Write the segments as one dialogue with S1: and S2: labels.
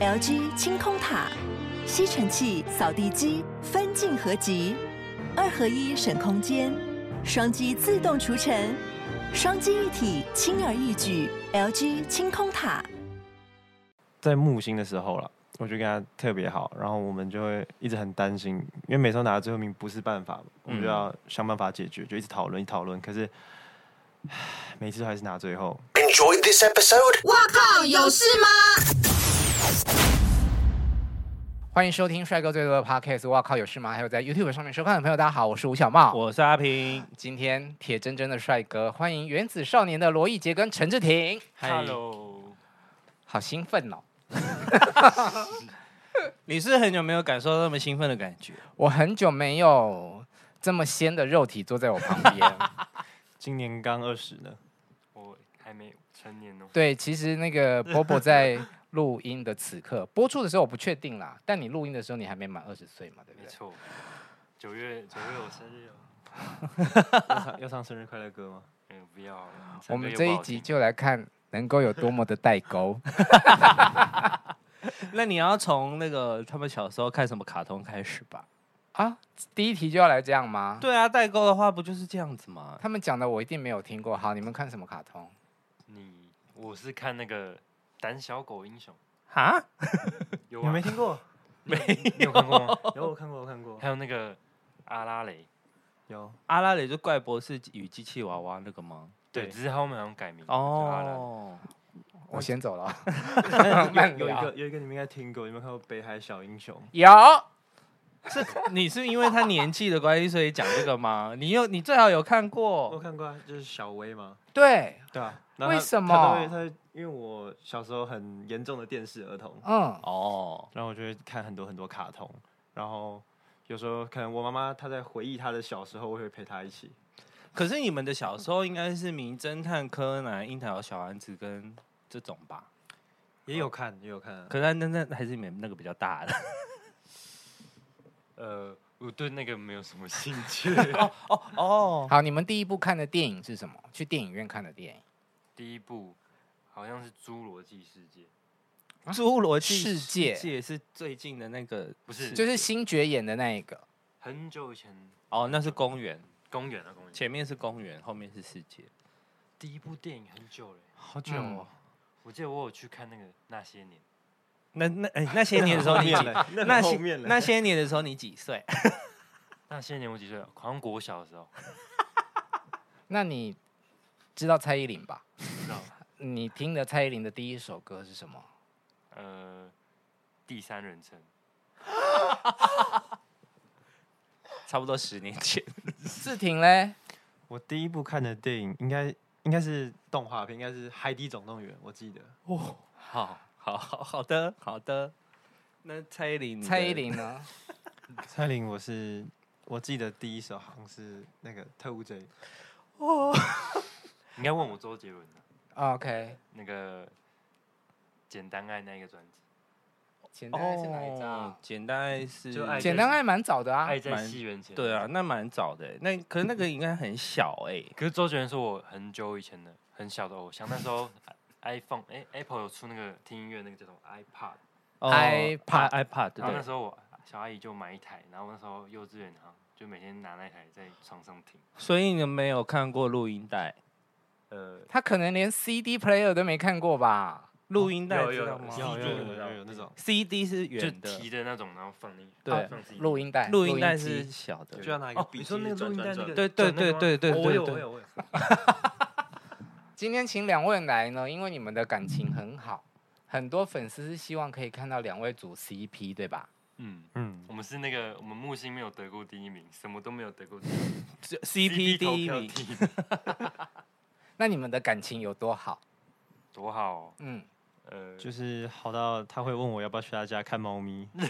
S1: LG 清空塔、吸尘器、扫地机分镜合集，二合一省空间，双击自动除尘，双击一体轻而易举。LG 清空塔。
S2: 在木星的时候了，我就跟他特别好，然后我们就会一直很担心，因为每次都拿到最后名不是办法嘛，我们就要想办法解决，就一直讨论，一直讨论，可是唉每次都还是拿最后。
S3: Enjoyed this episode?
S4: 欢迎收听帅哥最多的 podcast。哇靠，有事吗？还有在 YouTube 上面收看的朋友，大家好，我是吴小茂。
S5: 我是阿平。
S4: 今天铁铮铮的帅哥，欢迎原子少年的罗艺杰跟陈志廷，
S5: Hello，
S4: 好兴奋哦！
S5: 你是很久没有感受到那么兴奋的感觉，
S4: 我很久没有这么鲜的肉体坐在我旁 边。
S2: 今年刚二十呢，
S6: 我还没成年哦。
S4: 对，其实那个 Bobo 在录音的此刻播出的时候我不确定啦，但你录音的时候你还没满二十岁嘛，对不
S6: 没
S4: 对？
S6: 错，九月九月我生日哦。
S2: 要 唱要唱生日快乐歌吗？
S6: 哎呦，不要了。你唱
S4: 我
S6: 歌
S4: 们
S6: 又
S4: 这
S6: 不
S4: 一
S6: 好
S4: 集
S6: 听
S4: 就来看能够有多么的代沟。
S5: 那你要从那个他们小时候看什么卡通开始吧？
S4: 啊，第一题就要来这样吗？
S5: 对啊，代沟的话不就是这样子吗？
S4: 他们讲的我一定没有听过。好，你们看什么卡通？
S6: 你，我是看那个《胆小狗英雄
S5: 啊，》，
S6: 有
S2: 你
S6: 啊
S2: 没，听过？
S6: 没有看过 吗？
S2: 有，我看过，我看过
S6: 还。有那个阿拉蕾，
S2: 有，
S5: 阿拉蕾就怪博士与机器娃娃那个吗？
S6: 对，只是他们好像改名叫阿拉蕾
S5: 哦，
S4: 我先走了哦。
S2: 有
S4: 慢
S2: 有一
S4: 聊
S2: 个有一个你们应该听过，有没有看过《北海小英雄》？
S4: 有，
S5: 是你是因为他年纪的关系，所以讲这个吗？ 你有你最好有看
S2: 我
S5: 过
S2: 看过，啊，就是小薇嘛。
S4: 对，
S2: 对啊，然后他
S4: 为什么
S2: 他都会他会因为我小时候很严重的电视儿童，
S4: 嗯，
S5: 哦。
S2: 然后我就会看很多很多卡通，然后有时候可能我妈妈她在回忆她的小时候，我会陪她一起。
S5: 可是你们的小时候应该是《名侦探柯南》《樱桃小丸子》跟这种吧？
S2: 也有看，也有看啊、
S5: 可是那那还是你们那个比较大的
S6: 呃，我对那个没有什么兴 趣。
S5: 哦。
S4: 好，你们第一部看的电影是什么？去电影院看的电影
S6: 第一部好像是《侏罗纪世界》，
S4: 啊
S5: 侏罗纪
S4: 世界
S5: 界是最近的那个，
S6: 不是，
S4: 就是星爵演的那一个。
S6: 很久以前
S5: 哦，那是公园，
S6: 公园啊，公园。
S5: 前面是公园，后面是世界，嗯
S6: 第一部电影很久了，
S5: 好久
S4: 哦
S6: 我记得我有去看那个《那些年》，
S5: 那那哎、那些年的时候
S2: 后
S5: 你
S2: 面
S5: 几？
S2: 了，那
S5: 那
S2: 很后
S5: 些
S2: 面了，
S5: 那些年的时候你几岁？
S6: 那些年我几岁啊？好像国小的时候，
S4: 那你知道蔡依林吧？
S6: 知道。
S4: 你听的蔡依林的第一首歌是什么？
S6: 呃，第三人称，
S5: 差不多十年前。
S4: 志廷嘞？
S2: 我第一部看的电影应该应该是动画片，应该是《海底总动员》，我记得。
S5: 好，好，好，好的，好的。那蔡依林，
S4: 蔡依，林呢？
S2: 蔡琳，我是我记得第一首好像是那个《特务 J》，
S6: 应该问我周杰伦的
S4: 哦 OK，
S6: 那个《简单爱》那一个专辑，
S4: 简单爱是哪一张？？
S5: 哦
S4: 啊
S5: 简单爱是
S6: 就爱
S4: 简单爱蛮早的
S6: 《
S4: 啊
S6: 爱，在
S5: 蛮
S6: 西元前》。
S5: 对啊，，那蛮早的欸。那可是那个应该很小哎、
S6: 可是周杰伦是我很久以前的很小的偶像，那时 候 iPhone 哎、Apple 有出那个听音乐那个叫什么 iPad，
S5: 哦
S4: iPod
S5: iPad 对
S6: 然后那
S5: 不
S6: 时候我小阿姨就买一台，然后那时候幼稚园好像就每天拿那台在床上听。
S5: 对，所以你们没有看过录音带，
S6: 呃，
S4: 他可能连 CD player 都没看过吧？
S5: 录音带
S6: 有
S5: 知
S6: 有
S5: 道
S6: 有
S5: 吗
S2: 有
S6: 有有
S2: 有有有那种，
S5: ？CD 是
S6: 就
S5: 圆的，
S6: 提的那种，然后放进去
S5: 对
S6: 啊放自己
S4: 录音带，
S5: 哎录音带
S4: 机
S5: 是小的，
S2: 就要拿一个
S6: 哦
S2: 笔
S6: 你
S2: 记
S6: 说那个
S2: 转
S6: 录音带
S2: 转转。
S6: 那个
S5: 对对
S6: 转那
S5: 对对对
S6: 个吗
S2: 哦我
S5: 对
S2: 有我
S5: 对，
S2: 有我有，
S4: 今天请两位来呢，因为你们的感情很好，很多粉丝是希望可以看到两位组 CP，对吧？
S6: 嗯，
S2: 嗯，
S6: 我们是那个我们木星没有得过第一名，什么都没有得过第一名
S5: 就 CP
S6: 投
S5: 第一
S6: 票
S5: 名，
S6: 第一名
S4: 那你们的感情有多好？
S6: 多好、哦。
S4: 嗯，
S6: 呃，
S2: 就是好到他会问我要不要去他家看猫咪，
S6: 嗯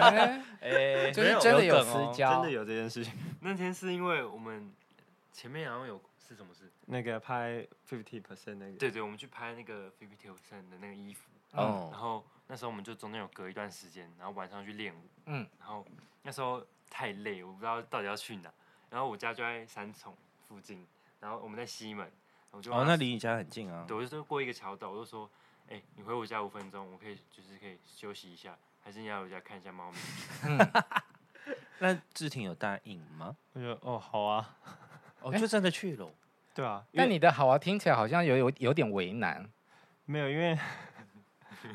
S4: 哎
S5: 哎，
S4: 就是真的有
S5: 梗
S4: 私
S5: 哦
S4: 交，
S2: 真的有这件事情。
S6: 那天是因为我们前面好像有是什么事？
S2: 那个拍 fifty percent 那个，
S6: 对对，我们去拍那个 p p t 上的那个衣服，
S5: 哦
S6: 然。后那时候我们就中间有隔一段时间，然后晚上去练舞，
S4: 嗯，
S6: 然后那时候太累，我不知道到底要去哪，然后我家就在三重附近，然后我们在西门，我就
S5: 哦，
S6: 问他
S5: 那离你家很近啊。
S6: 对，我就说过一个桥头，我就说，哎、你回我家五分钟，我可以就是可以休息一下，还是你要回家看一下猫 咪？
S5: 那志婷有答应吗？
S2: 我觉得哦好啊，
S5: 哦，
S4: 哎
S5: 就真的去了。
S2: 对啊，因为
S4: 但你的好啊，听起来好像有有有点为难。
S2: 没有，因为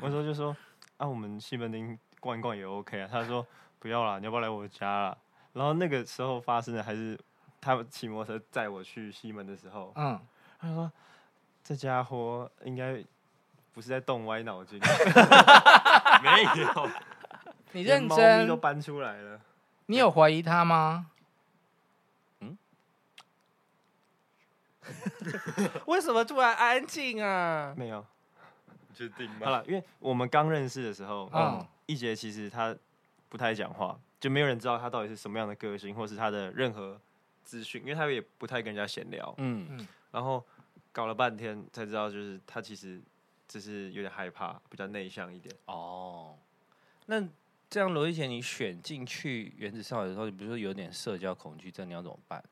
S2: 我那时候就说啊，我们西门町逛一逛也 OK 啊。他说不要啦，你要不要来我家啦？然后那个时候发生的还是他骑摩托车载我去西门的时候，
S4: 嗯，
S2: 他说这家伙应该不是在动歪脑 筋，
S6: 没有，
S4: 你
S2: 你
S4: 认
S2: 猫咪都
S4: 真，
S2: 搬出来了。
S4: 你有怀疑他吗？
S5: 为什么突然安静啊？
S2: 没有，
S6: 确定
S2: 好？了，因为我们刚认识的时候，
S4: 嗯
S2: 嗯，一杰其实他不太讲话，就没有人知道他到底是什么样的个性，或是他的任何资讯，因为他也不太跟人家闲聊。
S5: 嗯，
S2: 然后搞了半天才知道，就是他其实只是有点害怕，比较内向一点。
S5: 哦，那这样罗一贤，你选进去原子少女的时候，你不是有点社交恐惧症，你要怎么办？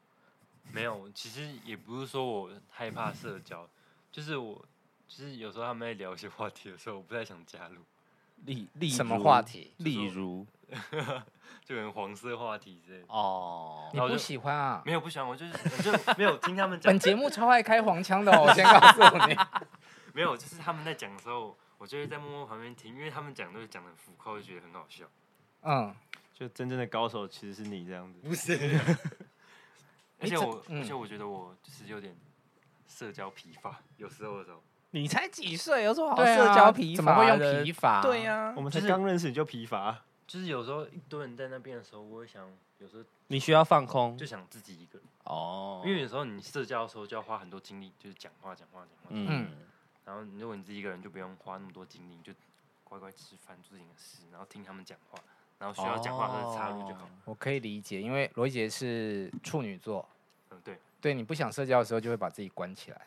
S6: 没有，其实也不是说我害怕社交，就是我就是有时候他们在聊一些话题的时候，我不太想加入，
S5: 例例
S4: 什么
S5: 如
S4: 话？题？
S5: 例如
S6: 就有黄色话题之类的。
S5: 哦，
S4: 你
S6: 然后
S4: 不
S6: 就
S4: 喜欢啊？
S6: 没有不想，我就是我就没有听他们讲
S4: 本，节目超爱开黄腔的、 哦，我先告诉你。
S6: 没有，就是他们在讲的时候，我就会在默默旁边听，因为他们讲都是讲的很浮夸，我就觉得很好笑。
S4: 嗯，
S2: 就真正的高手其实是你这样子，
S6: 不是，而
S4: 你
S6: 且
S4: 怎
S6: 我
S4: 嗯
S6: 而且我觉得我就是有点社交疲乏，有时候的时候。
S5: 你才几岁，有什么好
S4: 对啊
S5: 社交疲乏的？
S4: 怎么会用疲乏？
S5: 对、呀
S2: 我，们才
S6: 就是
S2: 刚认识你就疲乏，
S6: 就是有时候一堆人在那边的时候，我会想，有时候
S5: 你需要放空
S6: 就想自己一个人，
S5: 哦，
S6: 因为有时候你社交的时候就要花很多精力，就是讲话讲话讲话，
S5: 嗯
S6: 然后如果你自己一个人就不用花那么多精力，你就乖乖吃饭做自己的事，然后听他们讲话，然后需要讲话或者插入就好。
S5: 哦
S4: 我可以理解，因为罗杰是处女座，
S6: 嗯，对。
S4: 对你不想社交的时候就会把自己关起来。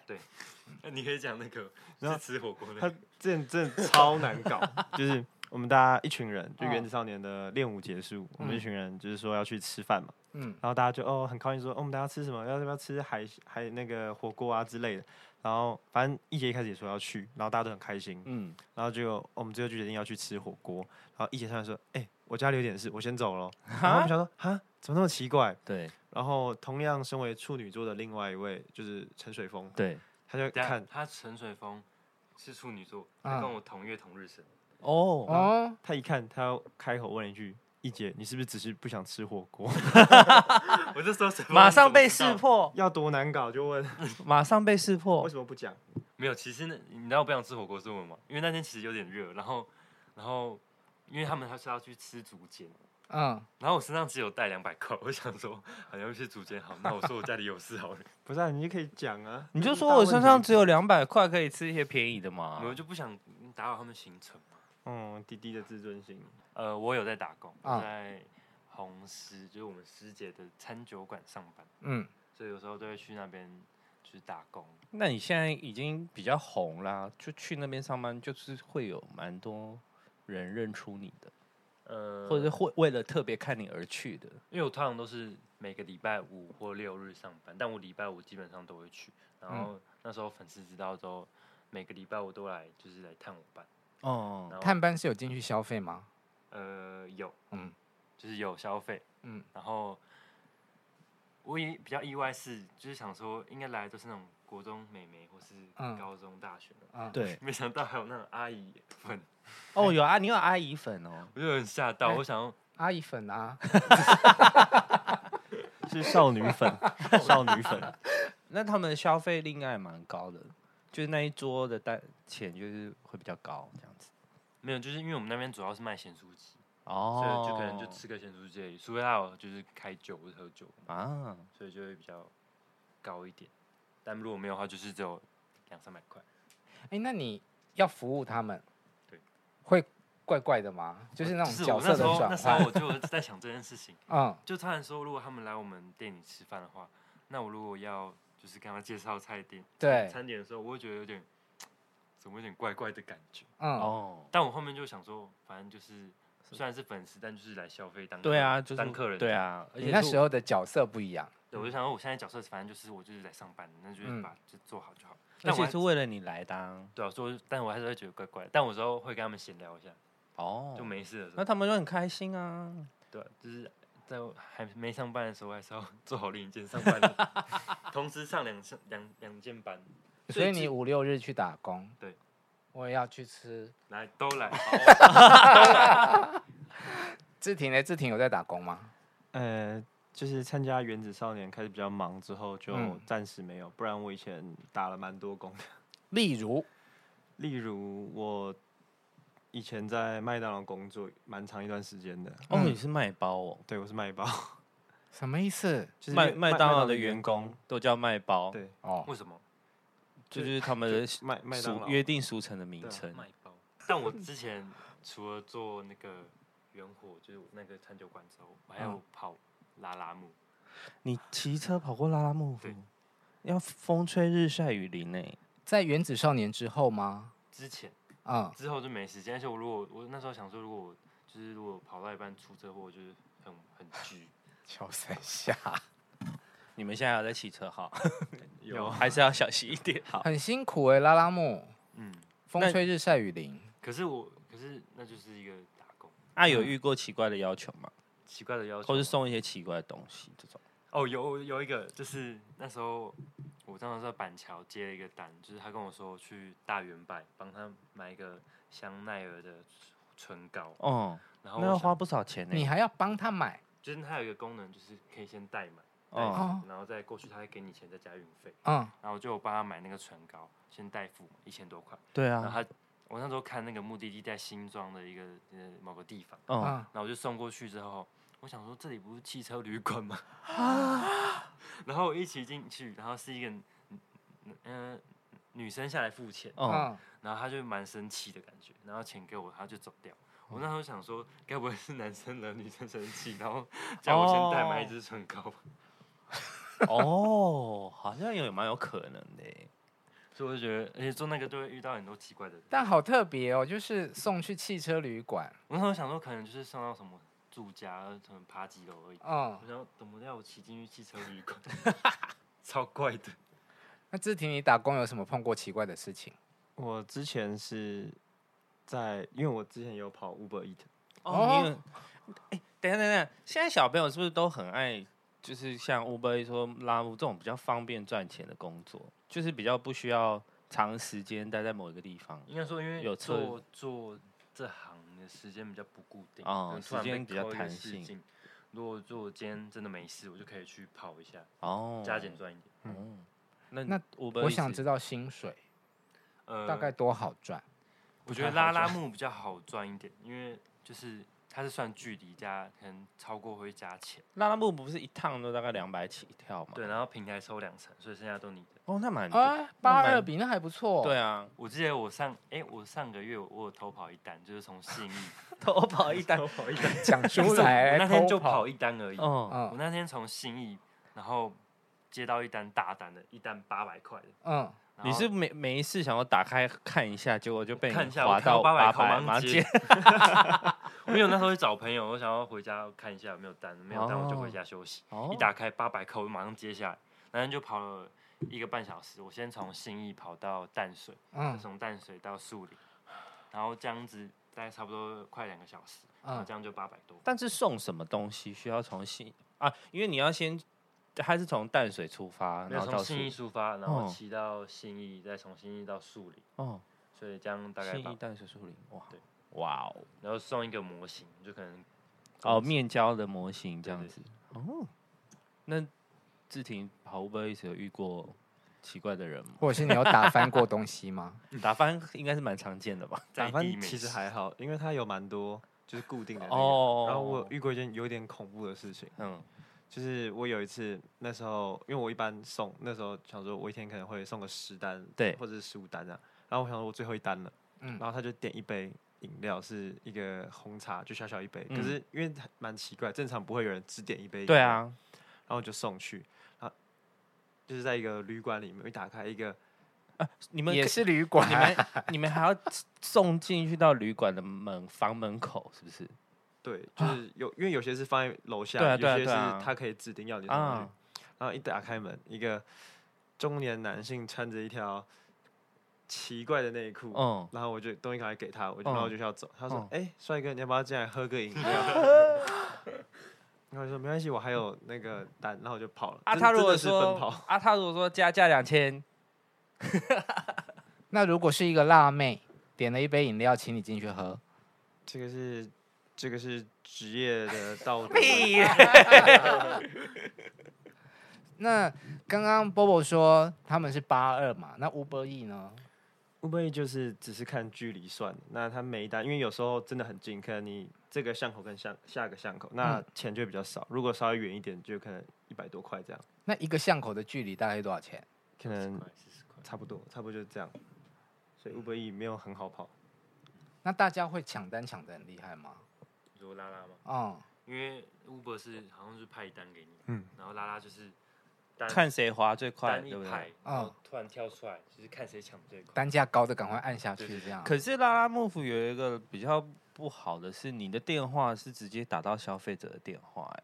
S6: 那你可以讲那 个
S2: 然后
S6: 是吃火锅的
S2: 他真的真的超难 搞。就是我们大家一群人，
S6: 嗯
S2: 就原子少年的练舞结束，我们一群人就是说要去吃饭嘛，
S4: 嗯，
S2: 然后大家就哦很高兴说，哦我们大家吃什么？要不要吃海海那个火锅啊之类的。然后反正一杰一开始也说要去，然后大家都很开心，
S5: 嗯，
S2: 然后就我们最后就决定要去吃火锅。然后一杰突然说：“哎、我家里有点事，我先走了。”然后我们想说：“哈，怎么那么奇怪？”
S5: 对
S2: 然后同样身为处女座的另外一位就是陈水峰，
S5: 对
S2: 他就
S6: 等下
S2: 看
S6: 他陈水峰是处女座，
S4: 嗯
S5: 啊
S6: 他跟我同月同日生，
S5: 哦，
S4: 哦，
S2: 他一看，他要开口问了一句：“一姐，你是不是只是不想吃火锅？
S6: 我这时候 水峰
S5: 马上被
S6: 怎么
S5: 识
S6: 知道，
S5: 破，
S2: 要多难搞就问，
S5: 马上被识破
S2: 为，什么不讲？
S6: 没有。其实那你知道我不想吃火锅是为什么吗？因为那天其实有点热，然后然后因为他们他是要去吃竹简，
S4: 嗯，
S6: 然后我身上只有带两百块，我想说好像去竹简好，那我说我家里有事好了，
S2: 不是、啊，你就可以讲啊。
S5: 你就
S2: 这是
S5: 说
S2: 大
S5: 我
S2: 问
S5: 身
S2: 题
S5: 上只有两百块，可以吃一些便宜的嘛。
S6: 我就不想打扰他们行程嘛。
S2: 嗯，滴滴的自尊心，
S6: 呃，我有在打工，
S4: 啊
S6: 我在红师，就是我们师姐的餐酒馆上班，
S4: 嗯，
S6: 所以有时候都会去那边去打工。
S5: 那你现在已经比较红啦，就去那边上班，就是会有蛮多人认出你的，
S6: 呃，
S5: 或者是会为了特别看你而去的。
S6: 因为我通常都是每个礼拜五或六日上班，但我礼拜五基本上都会去。然后那时候粉丝知道之后，每个礼拜我都来，就是来探我班。
S5: 哦
S6: 然后
S4: 探班是有进去消费吗？
S6: 呃有，
S4: 嗯
S6: 就是有消费，
S4: 嗯
S6: 然后我也比较意外是，就是想说应该来的都是那种国中美眉或是
S4: 嗯
S6: 高中大学的，
S4: 嗯，
S5: 对，
S6: 没想到还有那种阿姨粉，
S5: 哦，有啊，你有阿姨粉哦，
S6: 我就很吓到，
S4: 哎
S6: 我想要
S4: 阿姨粉啊，
S2: 是少女粉， 少女粉。
S5: 那他们的消费力应该也蛮高的，就是那一桌的单钱就是会比较高这样子。
S6: 没有，就是因为我们那边主要是卖咸酥鸡，所
S5: 哦
S6: 以，就可能就吃个咸酥鸡而已，除非他有就是开酒或者喝酒，
S5: 啊，
S6: 所以就会比较高一点。但如果没有的话，就是只有两三百块。
S4: 哎、那你要服务他们，
S6: 对，
S4: 会怪怪的吗？就是那种
S6: 就是
S4: 角
S6: 我那
S4: 色的
S6: 时候，
S4: 转
S6: 那时候
S4: 换，
S6: 我就在想这件事情。
S4: 嗯，
S6: 就他然说，如果他们来我们店里吃饭的话，那我如果要就是跟他介绍菜点
S4: 对，
S6: 餐点的时候，我会觉得有点怎么有点怪怪的感觉。
S4: 嗯，
S5: 哦，
S6: 但我后面就想说，反正就是虽然是粉丝，但就是来消费当
S5: 对啊，就是
S6: 当客人
S5: 对，啊，而
S4: 你
S5: 且
S4: 那
S5: 是
S4: 时候的角色不一样，
S6: 对
S5: 嗯
S6: 我就想说我现在角色反正就是我就是来上班的，那就是
S4: 嗯
S6: 把就做好就好。
S5: 而
S6: 但我
S5: 且
S6: 还
S5: 是为了你来的啊
S6: 对啊，所以我就但我还是会觉得怪怪的，但我有时候会跟他们闲聊一下，
S5: 哦
S6: 就。没事的时候
S5: 那，他们就很开心啊，
S6: 对啊，就是在我还没上班的时候，还是要 做好另一件上班的， 同时上两上两两件班，
S4: 所以你五六日去打工，
S6: 对，
S4: 我也要去吃。
S6: 来都来，
S4: 志婷呢？志婷有在打工吗？
S2: 呃，就是参加原子少年开始比较忙之后，就
S4: 嗯
S2: 暂时没有。不然我以前打了蛮多工的，
S4: 例如，
S2: 例如我以前在麦当劳工作蛮长一段时间的，
S5: 哦，
S4: 嗯
S5: 你是卖包哦，
S2: 对我是麦包，
S4: 什么意思？
S2: 就是
S5: 麦麦当劳的员
S2: 员
S5: 工，都叫卖包，
S2: 对，
S4: 哦，
S6: 为什么？
S5: 就是他们的
S2: 麦麦当
S5: 俗
S2: 劳
S5: 约定俗成的名
S2: 对啊
S5: 称。
S6: 卖包。但我之前除了做那个圆火，就是我那个餐酒馆之后，我还有跑拉拉木，
S5: 你骑车跑过拉拉木
S6: 对
S5: 夫，要风吹日晒雨淋呢、
S4: 在原子少年之后吗？
S6: 之前
S4: 嗯，
S6: 之后就没时间，而且我如果我那时候想说，如果我就是如果跑到一半出车祸，就是很很拘。
S4: 乔三下，
S5: 你们现在还有在骑车哈，
S2: 有
S5: 还是要小心一 点。好，
S4: 很辛苦哎、拉拉木，
S6: 嗯，
S4: 风
S5: 那
S4: 吹日晒雨淋，
S6: 可是我可是那就是一个打工，
S5: 啊，有遇过奇怪的要求吗？
S6: 奇怪的要求
S5: 或
S6: 吗。
S5: 哦是送一些奇怪的东西这种？
S6: 哦，有有一个，就是那时候我当时在板桥接了一个单，就是他跟我说去大圆百帮他买一个香奈儿的唇膏，
S5: 哦，
S6: 然后
S5: 那
S6: 我
S5: 要
S6: 想
S5: 花不少钱呢、
S4: 你还要帮他买
S6: 就是它有一个功能，就是可以先代买，代
S5: 哦
S6: 付
S4: 哦
S6: 然后再过去他会给你钱再加运费，
S4: 嗯，
S6: 然后我就有帮他买那个唇膏，先代付一千多块，
S5: 对
S6: 然后
S5: 啊，
S6: 他我那时候看那个目的地在新庄的一个呃某个地方，
S5: 嗯，
S4: 嗯，
S6: 然后我就送过去之后，我想说这里不是汽车旅馆吗？ 然后我一骑进去，然后是一个嗯、呃女生下来付钱，
S5: 哦，
S4: 嗯，
S6: 然后她就蛮生气的感觉，然后钱给我，她就走掉。
S5: 嗯
S6: 我那时候想说，该不会是男生惹女生生气，然后叫我先代买一支唇膏吧？
S5: 哦，好像有蛮有可能的欸、
S6: 所以我就觉得，而且做那个都会遇到很多奇怪的人。
S4: 但好特别哦，就是送去汽车旅馆，
S6: 我那时候想说，可能就是送到什么住家，可能爬几楼而
S5: 哦
S6: 已。
S4: 嗯，
S6: 然后怎么要我骑进去汽车 旅馆，超怪的。
S4: 那志婷你打工有什么碰过奇怪的事情？
S2: 我之前是在，因为我之前有跑 Uber Eat，
S5: 哦，你
S4: 哦
S5: 有哎、等一下等一下，现在小朋友是不是都很爱，就是像 Uber 说拉姆这种比较方便赚钱的工作，就是比较不需要长时间待在某一个地方。
S6: 应该说，因为
S5: 有车
S6: 做做这行的时间比较不固定，
S5: 哦
S6: 可能突然被
S5: 时间比较
S6: 扣一个
S5: 弹
S6: 事
S5: 性
S6: 情。如果做今天真的没事，我就可以去跑一下，
S5: 哦，
S6: 加减赚一点。
S5: 哦，那
S4: 嗯那
S5: Uber
S4: 我
S5: Eats
S4: 想知道薪水
S6: 呃，
S4: 大概多好赚，
S6: 我觉得
S2: 太好
S6: 拉拉木比较好赚一点，因为就是它是算距离加，可能超过会加钱。
S5: 拉拉木不是一趟都大概两百起跳嘛？
S6: 对，然后平台抽两成，所以剩下都你的。
S5: 哦，那蛮多
S4: 啊，
S5: 那
S4: 八
S5: 蛮
S4: 二比那还不错，
S5: 对，啊，
S6: 我记得我上哎、我上个月我我有偷跑一单，就是从信义
S5: 偷跑一单，
S6: 偷跑一单，
S4: 讲
S6: 不
S4: 出
S6: 是
S4: 来，
S6: 我那天 就
S4: 偷跑，
S6: 跑一单而已。
S5: 哦，
S6: 我
S4: 嗯
S6: 那天从信义，然后接到一单大单的，一单八百块的。
S4: 嗯，
S6: 然
S5: 你
S6: 后
S5: 是每每一次想要打开看一下，结果就被
S6: 看一
S5: 你
S6: 下，
S5: 滑
S6: 我看
S5: 到
S6: 到八
S5: 八
S6: 百块，
S5: 百，
S6: 我
S5: 马上
S6: 马上接
S5: 接。。
S6: 因为我那时候去找朋友，我想要回家看一下有没有单，没有单我就
S5: 哦
S6: 回家休息。
S5: 哦
S6: 一打开八百扣，我马上接下来，然后就跑了一个半小时。我先从信义跑到淡水，
S4: 嗯
S6: 从淡水到树林，然后这样子大概差不多快两个小时，然后
S4: 嗯
S6: 这样就八百多。
S5: 但是送什么东西需要从信啊？因为你要先，他是从淡水出发，
S6: 没有
S5: 然后
S6: 从
S5: 到树
S6: 信义出发，然后
S5: 哦
S6: 骑到信义，再从信义到树林，
S5: 哦，
S6: 所以这样大概
S5: 信
S6: 八
S5: 义。淡水树林，哇
S6: 对，
S5: 哇哦，
S6: 然后送一个模型，就可能
S5: 哦，面交的模型这
S6: 对
S5: 样
S6: 对
S5: 子，哦，那志婷跑 Uber 一直有遇过奇怪的人吗？
S6: 嗯
S4: 或者是你有打翻过东 西吗？
S5: 打翻应该是蛮常见的吧？
S6: 在
S2: 打翻
S6: 地美
S2: 其实
S6: 食
S2: 还好，因为它有蛮多就是固定的那个。
S5: 哦，
S2: 然后我有遇过一件有点恐怖的事情，
S5: 嗯
S2: 就是我有一次那时候，因为我一般送那时候想说，我一天可能会送个十单，
S5: 对
S2: 或者是十五单这样。然后我想说我最后一单了，
S4: 嗯
S2: 然后他就点一杯饮料，是一个红茶，就小小一杯。
S5: 嗯
S2: 可是因为蛮奇怪，正常不会有人只点一杯。
S5: 对，啊，
S2: 然后我就送去，然后就是在一个旅馆里面，一打开一个
S5: 你们
S4: 也
S5: 可
S4: 是旅馆，
S5: 你们你们还要送进去到旅馆的门房门口，是不是？
S2: 对，就是有，因为有些是放在楼下，
S5: 啊对
S2: 有
S5: 啊对啊
S2: 些是
S5: 对啊
S2: 他可以指定要你送过去
S5: 啊，
S2: 然后一打开门，一个中年男性穿着一条奇怪的内裤，
S5: 嗯，
S2: 然后我就东西赶快给他，我就
S5: 嗯
S2: 然后我就要走，他说
S5: 嗯：“
S2: 哎、帅哥，你要不要进来喝个饮料？” 然后我说：“没关系，我还有那个单。”然后我就跑了。
S5: 啊，
S2: 真
S5: 他如
S2: 真
S5: 果
S2: 的是奔
S5: 说
S2: 跑，
S5: 啊，他如果说加价两千，
S4: 那如果是一个辣妹点了一杯饮料，请你进去喝，
S2: 这个是这个是职业的道德，
S4: 那刚刚 Bobo 说他们是八二嘛，那 Uber E 呢？
S2: 会不会就是只是看距离算的？那他每一单，因为有时候真的很近，可能你这个巷口跟巷下个巷口，那钱就会比较少。如果稍微远一点，就可能一百多块这样，
S4: 那一个巷口的距离大概多少钱？
S2: 可
S6: 四十
S2: 能
S6: 块四十块，
S2: 差不多，差不多就是这样。所以 Uber E 没有很好跑，
S4: 那大家会抢单抢的很厉害吗？
S6: 你说拉拉吗？
S4: 嗯，
S6: 因为 Uber 是好像是派单给你，
S2: 嗯
S6: 然后拉拉就是单
S5: 看谁滑最快，
S6: 单一
S5: 对不
S6: 排
S5: 对？，
S6: 然后
S4: 嗯
S6: 突然跳出来，就是看谁抢最快。
S4: 单价高的赶快按下
S6: 对
S4: 去
S6: 对
S4: 这样。
S5: 可是拉拉幕府有一个比较不好的是，你的电话是直接打到消费者的电话、哎，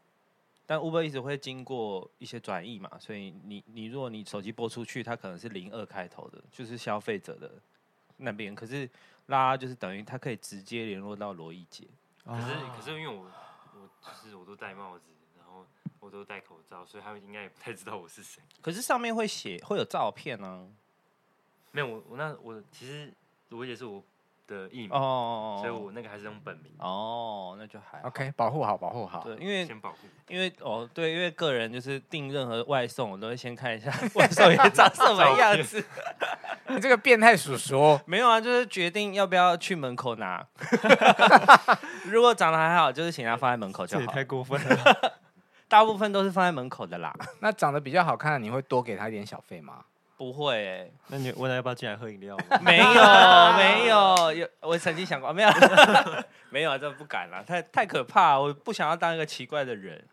S5: 但 Uber 一直会经过一些转译嘛，所以你你如果你手机拨出去，它可能是零二开头的，就是消费者的那边。可是拉拉就是等于它可以直接联络到罗伊姐，
S6: 可是可是因为我我就是我都戴帽子，然后我都戴口罩，所以他们应该也不太知道我是谁。
S5: 可是上面会写会有照片啊。
S6: 没有我我那我其实罗姐是我的艺名，
S5: 哦，
S6: 所以我那个还是用本名，
S5: 哦，那就还好
S4: OK，保护好，保护好。
S5: 对，因为
S6: 先保护。
S5: 因为哦，对，因为个人就是订任何外送，我都会先看一下 外送员长什么样子。
S4: 你这个变态叔叔，
S5: 没有啊，就是决定要不要去门口拿。 如果长得还好，就是请他放在门口就
S2: 这也
S5: 好。
S2: 太过分了。
S5: 大部分都是放在门口的啦，
S4: 那长得比较好看的，你会多给他一点小费吗？
S5: 不会、欸，
S2: 那你问他要不要进来喝饮 料吗？
S5: 没有，没有，有我曾经想过， 没有，没有，这不敢了，太太可怕，啊我不想要当一个奇怪的人。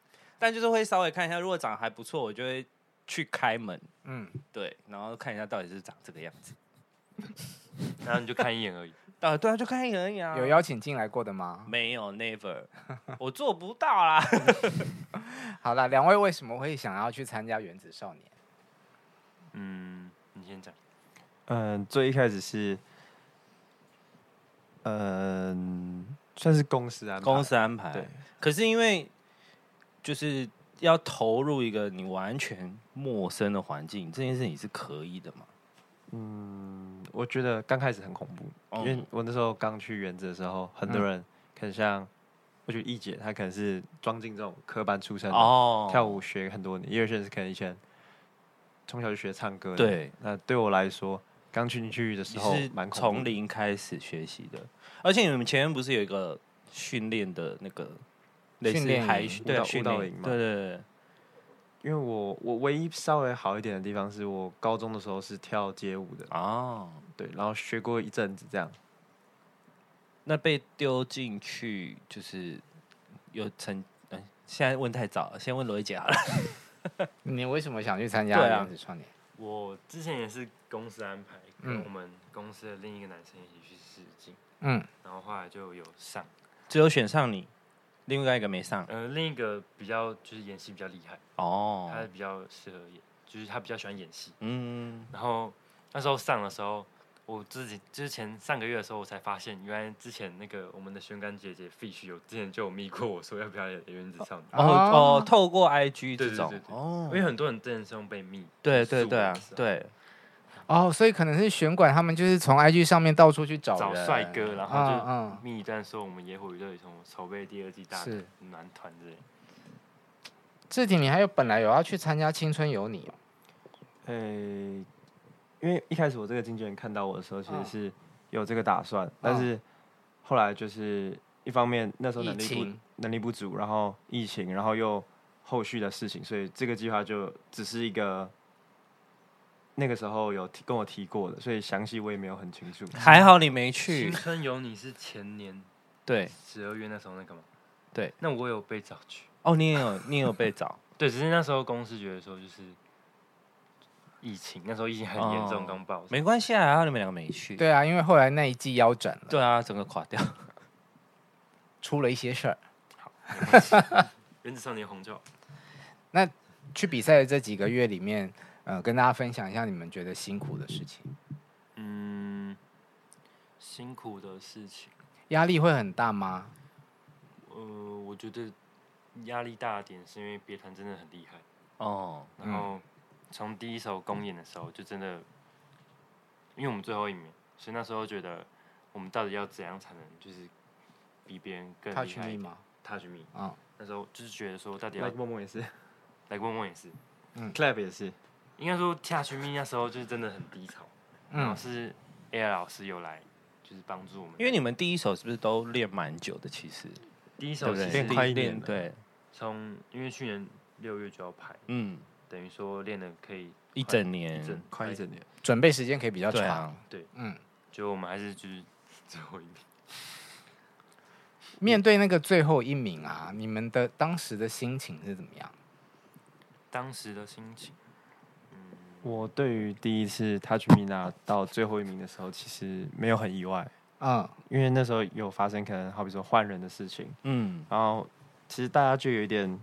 S5: 但就是会稍微看一下，如果长得还不错，我就会去开门，
S4: 嗯，
S5: 对，然后看一下到底是长这个样子。
S6: 然后你就看一眼而已。
S5: 啊，对啊，就看一眼而已啊。
S4: 有邀请进来过的吗？
S5: 没有，never，我 做不到啦。
S4: 好啦，两位为什么会想要去参加原子少年？
S6: 嗯，你先讲。
S2: 嗯，最一开始是，嗯，算是公司啊，
S5: 公司安排。
S2: 对，
S5: 可是因为就是要投入一个你完全陌生的环境，这件事情是可以的嘛？
S2: 嗯我觉得刚开始很恐怖，因为
S5: 嗯
S2: 我那时候刚去原子的时候，很多
S4: 嗯
S2: 人可能像，我觉得一姐她可能是装进这种科班出身的，
S5: 哦，
S2: 跳舞学很多年，也有些人是可能以前从小就学唱歌的。，
S5: 对，
S2: 那对我来说，刚进去的时
S5: 你
S2: 候
S5: 是
S2: 蛮恐怖
S5: 从
S2: 的。
S5: 零开始学习的，而且你们前面不是有一个训练的那个类
S4: 训
S5: 似
S4: 练
S5: 海
S4: 营
S5: 训
S2: 舞
S5: 对啊
S2: 蹈
S5: 训
S2: 舞蹈
S5: 练
S2: 营嘛
S5: 对对对，
S2: 因为我我唯一稍微好一点的地方是我高中的时候是跳街舞的，
S5: 哦，
S2: 对，然后学过一阵子这样。
S5: 那被丢进去就是有成。哎现在问太早了，先问罗一姐好了。
S4: 你为什么想去参加
S5: 对啊
S4: 原子少年？
S6: 我之前也是公司安排，
S4: 嗯
S6: 跟我们公司的另一个男生一起去试镜，
S4: 嗯，
S6: 然后后来就有上。
S5: 只有选上你，另外一个没上。
S6: 呃，另一个比较就是演戏比较厉害，
S5: 哦，
S6: 他比较适合演，就是他比较喜欢演戏。
S5: 嗯，
S6: 然后那时候上的时候，我自己之前上个月的时候，我才发现原来之前那个我们的宣干姐姐 Fish 有之前就有密过我说要不要演原子少年，
S5: 哦
S4: 哦
S5: 哦，透过 IG 这
S6: 对对
S5: 种
S6: 对对
S5: 哦
S6: 因，为很多人真的是用被密，
S5: 对
S6: 就
S5: 对
S6: 是
S5: 对啊
S6: 哎我的时，候
S5: 对，
S4: 哦，所以可能是选管他们就是从 IG 上面到处去找
S6: 找
S4: 人
S6: 帅哥，
S5: 啊
S6: 然
S4: 嗯
S6: 后
S4: 嗯
S6: 啊就密一段说我们野火娱乐什么筹备第二季大
S4: 是
S6: 男团之类的。
S4: 志婷，你还有本来有要去参加《青春有你》哦，
S2: 呃，因为一开始我这个经纪人看到我的时候，其实
S4: 嗯
S2: 是有这个打算，但
S4: 嗯
S2: 是后来就是一方面那时候
S4: 疫
S2: 能力不
S4: 情
S2: 能力不足，然后疫情，然后又后续的事情，所以这个计划就只是一个。那个时候有提跟我提过的，所以详细我也没有很清楚。
S4: 嗯
S5: 还好你没去，
S6: 青春有你是前年
S5: 对，
S6: 十二月那时候那个吗？
S5: 对，
S6: 那我有被找去。
S5: 哦，你也有你 也有被找，
S6: 对，只是那时候公司觉得说就是疫情，那时候疫情很严重，
S5: 哦
S6: 刚爆。
S5: 没关系啊，还好你们两个没去，
S4: 对啊，因为后来那一季腰斩了，
S5: 对啊，整个垮掉，
S4: 出了一些事儿。
S6: 没关系 原子少年红就好。
S4: 去比赛的这几个月里面，呃，跟大家分享一下你们觉得辛苦的事情，
S6: 嗯，辛苦的事情，
S4: 压力会很大吗？
S6: 呃，我觉得压力大的点是因为别团真的很厉害，
S5: 哦，
S6: 然后从第一首公演的时候就真的，因为我们最后一名，所以那时候觉得我们到底要怎样才能就是比别人更
S4: 他
S6: 厉
S4: 去
S6: 害一
S4: 密
S6: 点
S4: 吗？
S6: ？Touch me，
S4: 啊、
S6: 那时候就是觉得说到底要
S2: 来默默也 是
S6: 来问问也是，
S2: ，Clap 也是，
S6: 应该说 Touch me 那时候就是真的很低潮，然后
S4: 嗯，
S6: 是 A R 老师有来就是帮助我们，
S5: 因为你们第一首是不是都练蛮久的？其实
S6: 第
S5: 对
S6: 一首
S5: 不对？
S6: 其
S2: 练
S6: 实
S5: 第
S2: 快一点
S5: 练
S2: 的
S5: 对，
S6: 从因为去年六月就要排，
S5: 嗯，
S6: 等于说练的可以
S5: 一整
S6: 一整
S5: 年，
S2: 快一整年，
S4: 准备时间可以比较
S5: 对
S4: 长。
S5: 啊，
S4: 嗯，
S6: 就我们还是就是最后一名。
S4: 面对那个最后一名啊，你们的当时的心情是怎么样？
S6: 当时的心情，
S2: 我对于第一次 Touch Me 拿到最后一名的时候，其实没有很意外，
S4: 嗯
S2: 因为那时候有发生可能好比说换人的事情，
S5: 嗯，
S2: 然后其实大家就有一点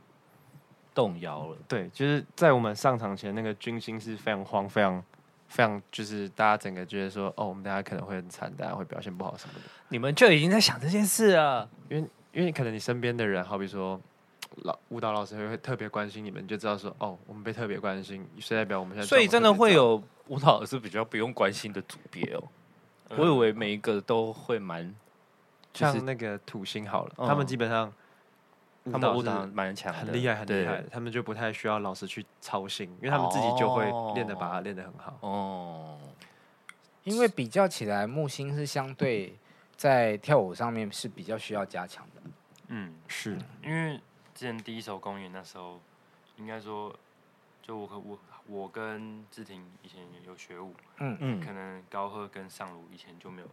S5: 动摇了，
S2: 对，就是在我们上场前那个军心是非常慌，非常非常就是大家整个觉得说哦，我们大家可能会很惨，大家会表现不好什么的。
S5: 你们就已经在想这件事了，
S2: 因为因为可能你身边的人，好比说老舞蹈老师会特别关心你们，你就知道说哦，我们被特别关心，所以代表我们现在
S5: 所以
S2: 状
S5: 真
S2: 况
S5: 的
S2: 特别
S5: 会
S2: 糟
S5: 有舞蹈老师比较不用关心的组别哦。
S6: 嗯
S5: 我以为每一个都会蛮，就是
S2: 像那个土星好了，
S5: 嗯
S2: 他们基本上
S5: 他们舞
S2: 是
S5: 蹈蛮强的，
S2: 很厉害很厉害
S5: 对，
S2: 他们就不太需要老师去操心，因为他们自己就会练的把它练得很好。
S5: 哦，
S4: 因为比较起来，木星是相对在跳舞上面是比较需要加强的。
S6: 嗯，
S2: 是
S6: 因为之前第一首公演那时候，应该说，就我和我我跟志婷以前有学舞，
S4: 嗯
S5: 嗯
S6: 可能高贺跟尚鲁以前就没有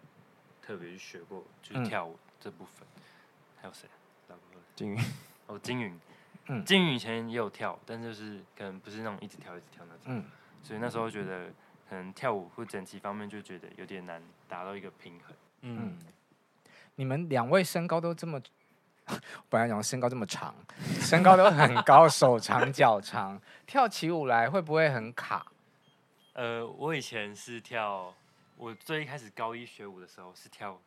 S6: 特别去学过，就
S4: 嗯
S6: 是跳舞这部分。还有谁？啊老贺
S2: 金
S6: 哦，金云，
S4: 嗯
S6: 金云以前也有跳，但就是可能不是那种一直跳一直跳那种，
S4: 嗯
S6: 所以那时候觉得可能跳舞或整齐方面就觉得有点难达到一个平衡。
S5: 嗯，
S4: 你们两位身高都这么， 本来讲身高这么长，身高都很 高，手长脚长，跳起舞来会不会很卡？
S6: 呃，我以前是跳，我最一开始高一学舞的时候是跳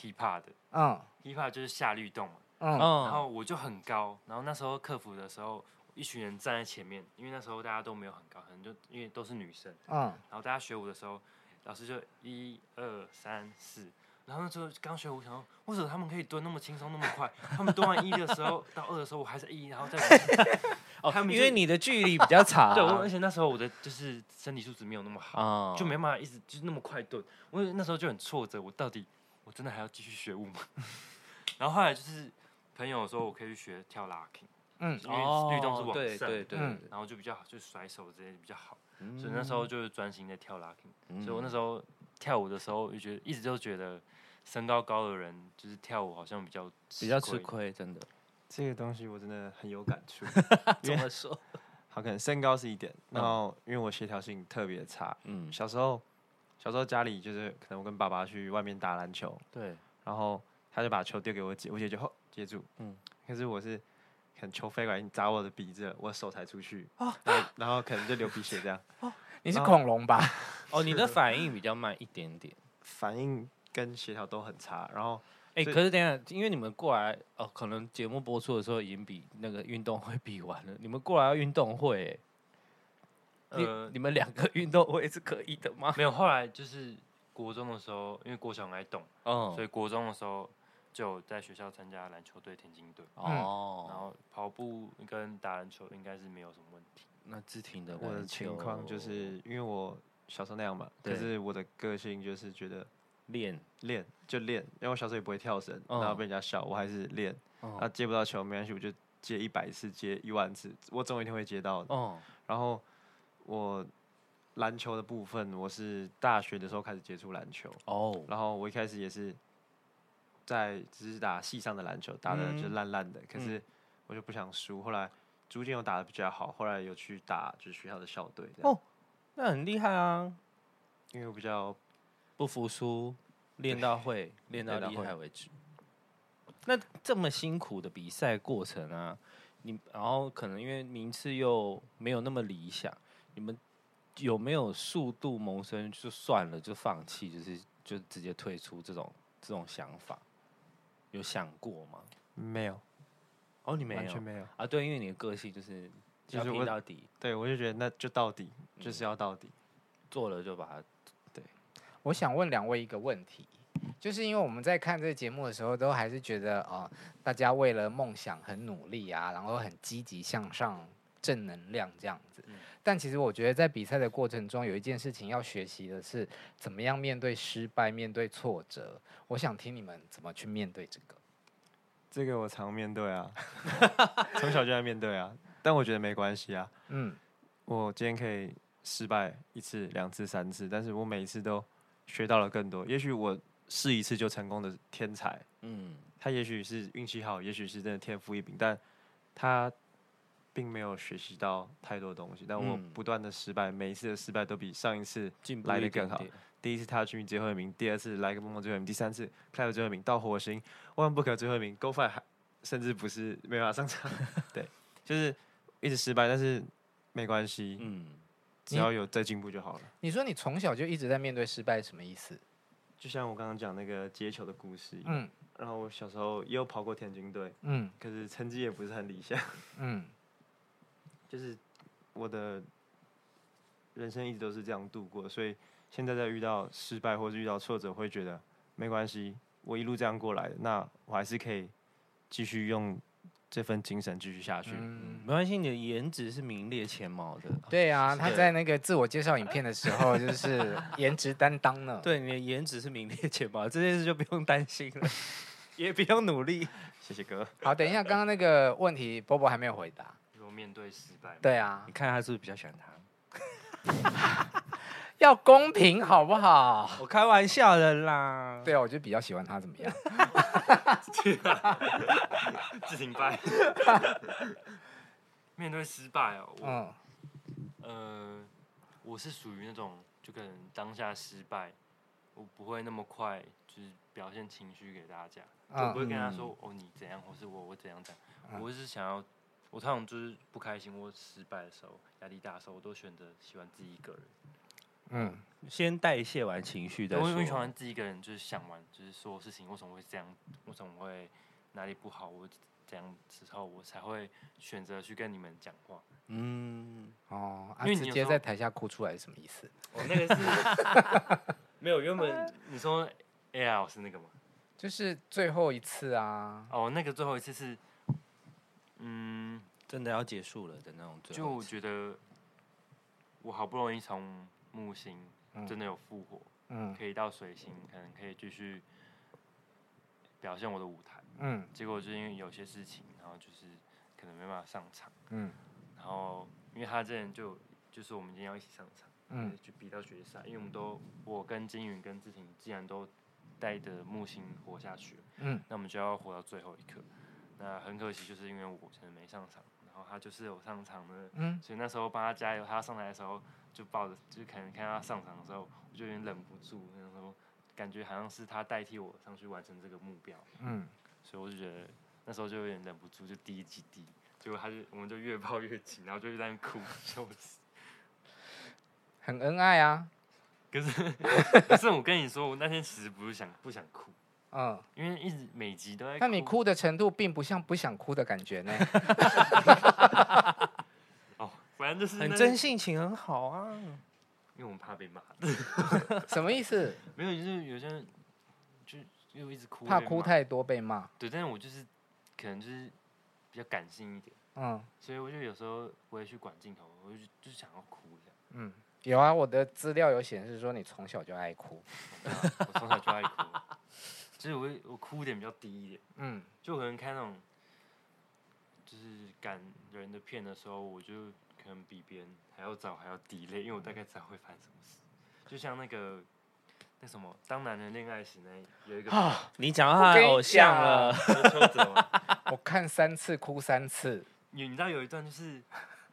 S6: hip hop 的
S4: 嗯
S6: ，hip hop 就是下律动嘛，
S4: 嗯
S6: 然
S5: 哦，
S6: 后我就很高，然后那时候克服的时候，一群人站在前面，因为那时候大家都没有很高，可能就因为都是女生，
S4: 嗯
S6: 然后大家学舞的时候，老师就一二三四。然后那时候刚学舞，想说为什么他们可以蹲那么轻松那么快？他们蹲完一的时候到二的时候，我还是一，然后再往 前
S5: 哦
S6: 他们
S5: 因
S6: 就
S5: 为你的距离比较长，
S6: 对， 我而且那时候我的就是身体素质没有那么好，
S5: 啊
S6: 就没办法一直就是那么快顿，我那时候就很挫折，我到底我真的还要继续学舞吗？ 然后后来就是朋友说我可以去学跳 locking，
S4: 嗯
S6: 因为律动是
S5: 哦
S6: 往上，
S5: 对对嗯对，
S4: 嗯
S6: 然后就比较好，就甩手这些比较好，所以那时候就是专心在跳 locking，、所以
S5: 嗯
S6: 我那时候跳舞的时候就觉得一直就觉得身高高的人就是跳舞好像比较
S5: 比较吃亏，真的。
S2: 这个东西我真的很有感 触。
S5: 怎么说？
S2: 好，可能身高是一点，然后因为我协调性特别差，
S5: 嗯，
S2: 小时候小时候家里就是可能我跟爸爸去外面打篮球，
S5: 对，
S2: 然后他就把球丢给我姐，我姐就吼接住，
S5: 嗯
S2: 嗯，可是我是可能球飞过来已经砸我的鼻子了，我手才出去，
S5: 哦
S2: 然后然后可能就流鼻血 这样，
S4: 你是恐龙吧？
S5: 哦，你的反应比较慢一点点。
S2: 反应跟协调都很差，然后
S5: 哎，
S2: 所以
S5: 可是等一下，因为你们过来哦，可能节目播出的时候已经比那个运动会比完了，你们过来要运动会，哎，
S6: 呃
S5: 你你们两个运动会是可以的吗？
S6: 没有，后来就是国中的时候，因为国小很爱动，
S5: 嗯，
S6: 所以国中的时候就有在学校参加篮球队、田径队，然
S5: 哦，
S6: 后跑步跟打篮球应该是没有什么问题。
S5: 那志婷的
S2: 我的
S5: 篮
S2: 情况就
S5: 球
S2: 是因为我小时候那样嘛，可
S5: 对
S2: 是我的个性就是觉得
S5: 练，
S2: 练就练，因为我小时候也不会跳绳，
S5: 嗯
S2: 然后被人家笑，我还是练，
S5: 哦
S2: 那接不到球没关系，我就接一百次、接一万次，我总有一天会接到的。
S5: 哦，
S2: 然后我篮球的部分，我是大学的时候开始接触篮球，
S5: 哦，
S2: 然后我一开始也是在只是打系上的篮球，打的就
S5: 嗯
S2: 烂烂的，可是我就不想输。后来逐渐有打的比较好，后来有去打就是学校的校队，这样
S5: 哦那很厉害啊，
S2: 因为我比较
S5: 不服输，练到会，练到
S2: 练到
S5: 厉
S2: 会
S5: 害为止。那这么辛苦的比赛过程啊，你然后可能因为名次又没有那么理想，你们有没有速度谋生就算了，就放弃，就是就直接退出这种这种想法，有想过吗？
S2: 没有，
S5: 哦，你没
S2: 完
S5: 有
S2: 全没有。
S5: 啊？对，因为你的个性就是
S2: 就
S5: 要
S2: 是
S5: 拼
S2: 我
S5: 到底，
S2: 对，我就觉得那就到底，就是要到底。
S5: 做了就把它
S4: 我想问两位一个问题，就是因为我们在看这个节目的时候，都还是觉得哦、大家为了梦想很努力啊，然后很积极向上、正能量这样子。但其实我觉得在比赛的过程中，有一件事情要学习的是怎么样面对失败、面对挫折。我想听你们怎么去面对这个。
S2: 这个我常面对啊，从小就在面对啊，但我觉得没关系啊。
S4: 嗯，
S2: 我今天可以失败一次、两次、三次，但是我每一次都学到了更多。也许我试一次就成功的天才，
S5: 嗯
S2: 他也许是运气好，也许是真的天赋异禀，但他并没有学习到太多东西。但我
S5: 嗯
S2: 不断的失败，每一次的失败都比上一次
S5: 进步
S2: 来
S5: 一
S2: 得
S5: 点
S2: 更好
S5: 点。
S2: 第一次他去最后一名，第二次来个梦梦最后一名，第三次 c l 最后一名，到火星万不可最后一名，Go f i 还甚至不是没办法上场，对，就是一直失败，但是没关系，
S5: 嗯，
S2: 只要有再进步就好了。
S4: 你说你从小就一直在面对失败，什么意思？
S2: 就像我刚刚讲那个接球的故事，嗯，
S4: 嗯
S2: 然后我小时候也有跑过田径队，
S4: 嗯
S2: 可是成绩也不是很理想，
S4: 嗯
S2: 就是我的人生一直都是这样度过，所以现在在遇到失败或是遇到挫折，会觉得没关系，我一路这样过来的，那我还是可以继续用这份精神继续下去。
S4: 嗯。
S5: 没关系，你的颜值是名列前茅的。
S4: 对啊，
S5: 是
S4: 他
S5: 的
S4: 在那个自我介绍影片的时候，就是颜值担当呢。
S5: 对，你的颜值是名列前茅，这件事就不用担心了， 也不用努力。
S2: 谢谢哥，
S4: 好，等一下，刚刚那个问题波波还没有回答。
S6: 如果面对失败，
S4: 对啊
S5: 你，看他是不是比较喜欢 他？
S4: 要公平好不好？
S5: 我开玩笑的啦。
S4: 对啊，我就比较喜欢他怎么样？
S6: 自停 败。面对失败哦，我、
S4: 嗯
S6: 呃，我是属于那种就可能当下失败，我不会那么快就是表现情绪给大家，我不
S4: 嗯
S6: 会跟他
S5: 嗯
S6: 说哦你怎样，或是我我怎样怎样，
S4: 嗯
S6: 我是想要。我通常就是不开心或失败的时候，压力大的时候，我都选择喜欢自己一个人。
S4: 嗯，
S5: 先代谢完情绪再
S6: 我我喜
S5: 说
S6: 欢。自己一个人，就是想完，就是所有事情为什么会这样，为什么会哪里不好，我这样之后我才会选择去跟你们讲话。
S5: 嗯，
S4: 哦，啊，
S6: 因为你
S4: 直
S6: 有
S4: 接
S6: 时候
S4: 在台下哭出来是什么意思？
S6: 我那个是没有原本呃你说 AI 老师那个吗？
S4: 就是最后一次啊。
S6: 哦，那个最后一次是，嗯，
S5: 真的要结束了的那种最
S6: 就
S5: 后
S6: 我
S5: 一次。
S6: 觉得我好不容易从木星
S4: 嗯
S6: 真的有复活，
S4: 嗯
S6: 可以到水星，可能可以继续表现我的舞台。
S4: 嗯
S6: 结果就是因为有些事情，然后就是可能没办法上场，
S4: 嗯
S6: 然后因为他之前就就是我们今天要一起上场，
S4: 嗯，
S6: 就比到决赛，因为我们都我跟金云跟志婷既然都带着木星活下去了，
S4: 嗯，
S6: 那我们就要活到最后一刻。那很可惜，就是因为我真的没上场，然后他就是有上场的，
S4: 嗯
S6: 所以那时候帮他加油，他上来的时候就抱着，就是可能看他上场的时候，我就有点忍不住，那时候感觉好像是他代替我上去完成这个目标。
S4: 嗯，
S6: 所以我就觉得那时候就有点忍不住，就滴几滴，结果他就我们就越抱越紧，然后就在那边哭，笑死。
S4: 很恩爱啊。
S6: 可是可是我跟你说，我那天其实不是想不想哭，
S4: 嗯，
S6: 因为一直每集都在。
S4: 但你哭的程度并不像不想哭的感觉 呢。
S6: 哦，反正就是
S5: 很
S6: 那
S5: 真，性情，很好啊。
S6: 因为我们怕被骂。
S4: 什么意思？
S6: 没有，就是有些人就又一直哭，
S4: 怕
S6: 被
S4: 哭
S6: 骂
S4: 太多被骂。
S6: 对，但是我就是可能就是比较感性一点，
S4: 嗯。
S6: 所以我就有时候不会去管镜头，我就就想要哭这样。
S4: 嗯，有啊，我的资料有显示说你从小就爱哭。
S6: 我从小就爱哭， 就是我会我哭点比较低一点。
S4: 嗯
S6: 就可能看那种就是感人的片的时候，我就可能比别人还要早还要低泪，因为我大概知道会发生什么事。就像那个那什么《当男人恋爱时》那有一个
S5: 啊，你讲到
S4: 我
S5: 他的
S4: 跟你
S5: 偶像了，
S6: 邱泽嘛，，
S4: 我看三次哭三次。
S6: 你你知道有一段就是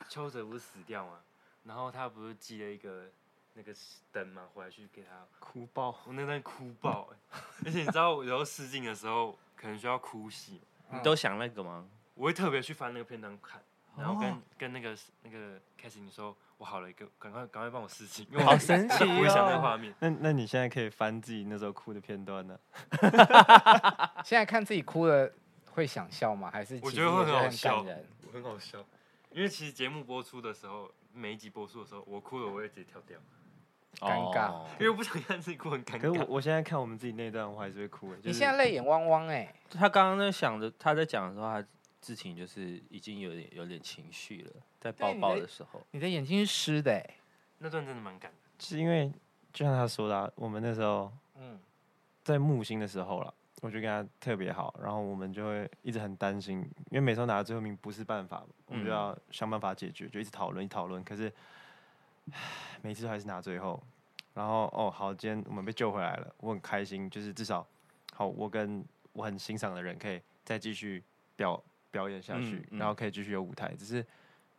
S6: 邱泽不是死掉吗？然后他不是寄了一个那个灯嘛，回来去给他，
S2: 哭爆！
S6: 我那段哭爆、欸，而且你知道我有时候试镜的时候，可能需要哭戏，
S5: 你
S4: 嗯
S5: 都想那个吗？
S6: 我会特别去翻那个片段看，然后跟、
S5: 哦
S6: 跟那个那个 c a s i n 说，我好了一个，赶快赶快帮我试镜，因 为我
S5: 好神奇
S6: 不会想那个
S5: 哦！
S6: 画面。
S2: 那那你现在可以翻自己那时候哭的片段呢、
S4: 现在看自己哭了会想笑吗？还是
S6: 我
S4: 其
S6: 觉
S4: 实
S6: 得会
S4: 也是
S6: 很好
S4: 很感
S6: 笑
S4: 人？
S6: 我 很好笑，因为其实节目播出的时候，每一集播出的时候，我哭了我会直接跳掉，
S4: 尴尬
S5: 哦
S2: 啊
S6: 因为我不想看自己哭很尴
S2: 可是我
S6: 尬。
S2: 我现在看我们自己那段，我还是会哭、欸。就是、
S4: 你现在泪眼汪汪哎、
S5: 他刚刚在想着，他在讲的时候，他之前就是已经有点有点情绪了，在抱
S4: 对你
S5: 抱
S4: 的
S5: 的时候，
S4: 你的眼睛是湿的哎、
S6: 那段真的蛮感人
S2: 是因为就像他说的啊、我们那时候
S4: 嗯，
S2: 在木星的时候了，我就跟他特别好，然后我们就会一直很担心，因为每次都拿到最后名不是办法嘛，我们就
S5: 嗯
S2: 要想办法解决，就一直讨论，一直讨论。可是唉每次都还是拿最后，然后哦好，今天我们被救回来了，我很开心，就是至少好，我跟我很欣赏的人可以再继续表表演下去，
S5: 嗯嗯
S2: 然后可以继续有舞台。只是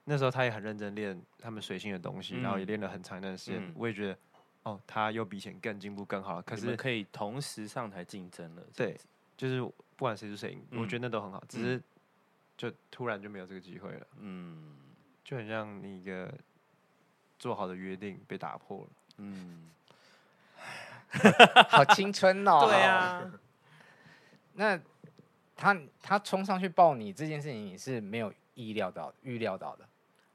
S2: 那时候他也很认真练他们随性的东西，然后也
S5: 嗯
S2: 练了很长一段时间。
S5: 嗯
S2: 我也觉得哦，他又比以前更进步更好了。可
S5: 你
S2: 是
S5: 们可以同时上台竞争了。
S2: 对，就是不管谁输谁赢，我
S5: 嗯
S2: 觉得那都很好，只
S5: 嗯
S2: 是就突然就没有这个机会了，
S5: 嗯
S2: 就很像你一个做好的约定被打破了。
S5: 嗯，
S4: 好青春 哦、
S5: 对啊，
S4: 那他他冲上去抱你这件事情，你是没有意料到、预料到的。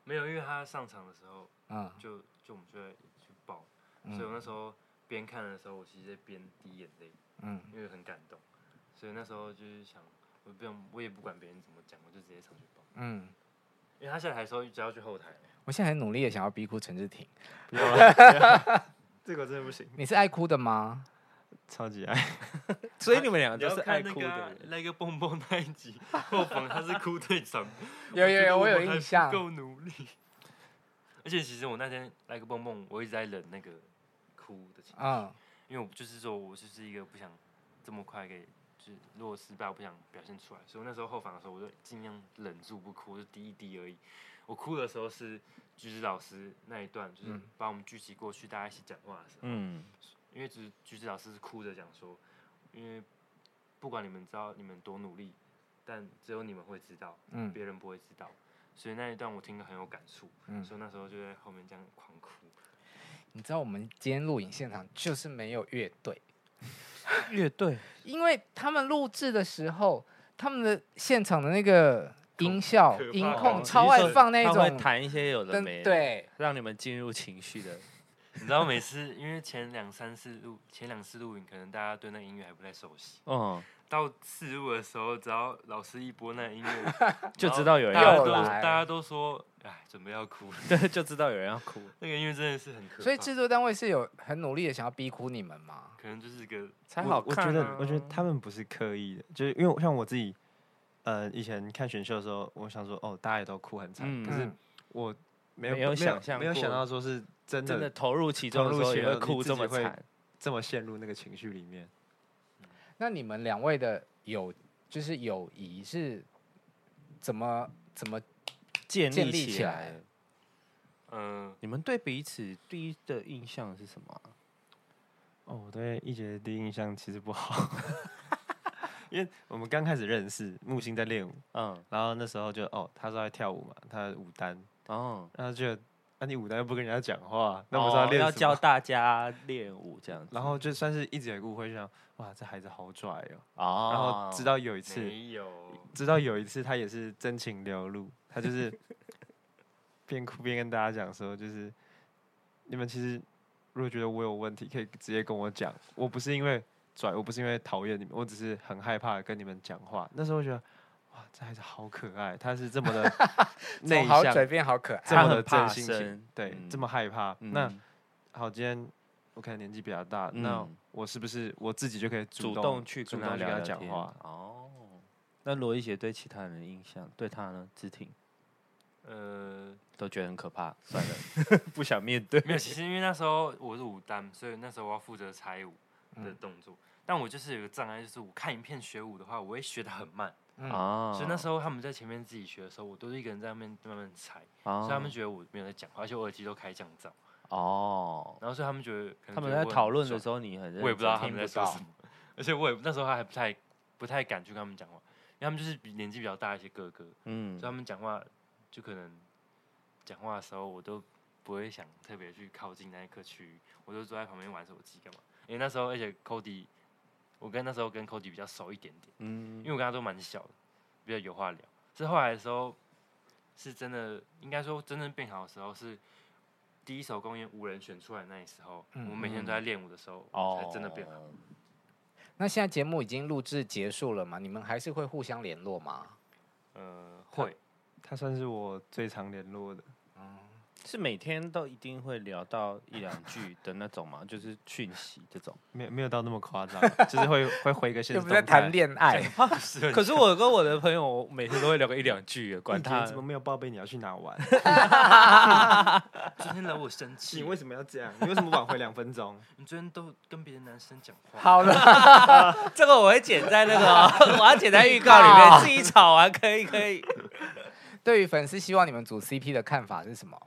S6: 没有，因为他上场的时候，
S4: 嗯，
S6: 就就我们就会去抱，
S4: 嗯
S6: 所以我那时候边看的时候，我其实在边滴眼泪，
S4: 嗯，
S6: 因为很感动，所以那时候就是想，我不用，我也不管别人怎么讲，我就直接上去抱。
S4: 嗯，
S6: 因为他下台的时候只要去后台，
S4: 我现在很努力的想要逼哭陈志廷。
S2: 不要了，这个真的不行，
S4: 你是爱哭的吗？
S2: 超级 爱。
S5: 所以你们两个
S6: 你
S5: 都
S6: 要
S5: 是爱
S6: 看那
S5: 哭
S6: 个
S5: 的
S6: 啊
S5: 人。
S6: 那个蹦蹦那一集，后冯他是哭队长，
S4: 有有
S6: 觉得
S4: 有，我有
S6: 们还不
S4: 印象。
S6: 够努力。而且其实我那天来个蹦蹦，我一直在忍那个哭的情绪，
S4: 嗯，
S6: 因为我就是说我就是一个不想这么快给，就是如果失败我不想表现出来，所以我那时候后防的时候我就尽量忍住不哭，就滴一滴而已。我哭的时候是橘子老师那一段，就是
S4: 嗯
S6: 把我们聚集过去，大家一起讲话的时候，
S5: 嗯，
S6: 因为橘橘子老师是哭着讲说，因为不管你们知道你们多努力，但只有你们会知道，
S4: 嗯
S6: 别人不会知道。所以那一段我听得很有感触，
S4: 嗯
S6: 所以那时候就在后面这样狂哭。
S4: 你知道我们今天录影现场就是没有乐队，
S5: 乐队
S4: 因为他们录制的时候，他们的现场的那个音效
S6: 可、怕
S4: 音
S6: 哦
S4: 控
S6: 你是
S4: 超爱
S6: 说
S4: 放那
S5: 他会
S4: 种，
S5: 弹一些有的
S4: 但
S5: 没的，
S4: 对，
S5: 让你们进入情绪 的。
S6: 你知道每次因为前两三次录前两次录影，可能大家对那音乐还不太熟悉，
S5: 嗯，，
S6: 到次录的时候，只要老师一播那音乐
S5: 就知
S6: 然后
S5: 道有人
S6: 大家
S5: 要
S4: 又
S6: 都
S5: 哭，
S4: 来
S6: 大家都说，哎，准备要哭了。
S5: 对，就知道有人要哭。
S6: 那个音乐真的是很可怕，
S4: 所以制作单位是有很努力的想要逼哭你们吗？
S6: 可能就是一个
S5: 才
S2: 我
S5: 好
S2: 我
S5: 看、啊
S2: 觉得，我觉得他们不是刻意的，就是因为我像我自己，呃，以前看选秀的时候，我想说，哦，大家也都哭很惨，
S5: 嗯
S2: 可是
S4: 嗯
S2: 我没有
S5: 没有想象
S2: 没有想
S5: 过
S2: 到说是真
S5: 真的
S2: 的
S5: 投入其中的时候也会哭这么
S2: 投入其中
S5: 惨。
S2: 这么陷入那个情绪里面。
S4: 那你们两位的友就是友谊是怎么怎么？
S5: 建
S4: 建
S5: 立
S4: 立起
S5: 起
S4: 来
S5: 来了。
S6: 嗯，
S5: 你们对彼此第一的印象是什么啊、
S2: 哦，我对一杰的第一印象其实不好， 因为我们刚开始认识，木星在练舞，
S5: 嗯，
S2: 然后那时候就哦，他说在跳舞嘛，他的舞担，
S5: 哦，
S2: 然后就啊你舞担又不跟人家讲话，那我
S5: 哦
S2: 知道练
S5: 要
S2: 什么
S5: 教大家练舞这样子。
S2: 然后就算是一直有个误会，就想哇这孩子好拽哦，
S5: 哦，
S2: 然后直到有一次，
S6: 没有，
S2: 直到有一次他也是真情流露，他就是 边哭边跟大家讲说，就是你们其实如果觉得我有问题，可以直接跟我讲，我不是因为拽，我不是因为讨厌你们，我只是很害怕跟你们讲话。那时候我觉得哇，这孩子好可爱，他是这么 的内
S4: 从好
S2: 向，
S4: 嘴变好可爱。
S2: 这么
S5: 他
S2: 的
S5: 很怕
S2: 真性
S5: 生
S2: 情，对，这
S5: 嗯
S2: 么害怕。
S5: 嗯
S2: 那好，今天我可能年纪比较大，那
S5: 嗯
S2: 我是不是我自己就可以
S5: 主
S2: 动
S5: 动去
S2: 主
S5: 跟
S2: 动
S5: 他
S2: 去
S5: 聊
S2: 跟他
S5: 聊
S2: 讲
S5: 天
S2: 话？
S5: 哦，那罗一姐对其他人的印象，对他呢，志婷
S6: 呃，
S5: 都觉得很可怕，算了， 不想面对。
S6: 没 有。其实因为那时候我是舞担，所以那时候我要负责拆舞
S5: 嗯
S6: 的动作。但我就是有个障碍，就是我看影片学舞的话，我会学的很慢。
S4: 嗯，
S5: 啊，
S6: 所以那时候他们在前面自己学的时候，我都是一个人在那边慢慢拆，
S5: 候
S6: 所以他们觉得我没有在讲话，而且我耳机都开降噪，
S5: 哦，
S6: 然后所以他们觉得可能
S5: 他们
S6: 觉得
S5: 在
S6: 我很
S5: 讨论的
S6: 爽
S5: 时候，你很认
S6: 我也不知道
S5: 真
S6: 他
S4: 听
S6: 们在
S4: 不
S6: 说
S4: 到
S6: 什么，而且我也那时候还不太不太敢去跟他们讲话，因为他们就是比年纪比较大一些哥哥，
S5: 嗯
S6: 所以他们讲话就可能讲话的时候，我都不会想特别去靠近那一个区域，我就坐在旁边玩手机干嘛？因为那时候，而且 Cody，我跟那时候跟 Cody 比较熟一点点，
S5: 嗯
S6: 因为我跟他都蛮小的，比较有话聊。是后来的时候，是真的应该说真正变好的时候是第一首公演五人选出来那时候，
S4: 嗯
S6: 我们每天都在练舞的时候，
S5: 哦，
S6: 才真的变好。
S4: 那现在节目已经录制结束了嘛？你们还是会互相联络吗？
S6: 呃， 会，
S2: 他算是我最常联络的，
S5: 是每天都一定会聊到一两句的那种嘛，就是讯息这种。
S2: 没有没有到那么夸张，就是会会回 个现
S4: 又
S2: 实
S4: 不
S2: 动
S4: 是
S2: 态。
S4: 在谈恋爱，
S5: 可是我跟我的朋友，我每天都会聊个一两句，管
S2: 你今天
S5: 他
S2: 怎么没有报备你要去哪 玩？
S6: 昨天惹我生 气，
S2: 你为什么要这样？你为什么挽回两分钟？
S6: 你昨天都跟别的男生讲话？
S4: 好了，
S5: 这个我会剪在那个哦、 我要剪在预告里面，自己吵完可以可以。
S4: 对于粉丝希望你们组 CP 的看法是什么？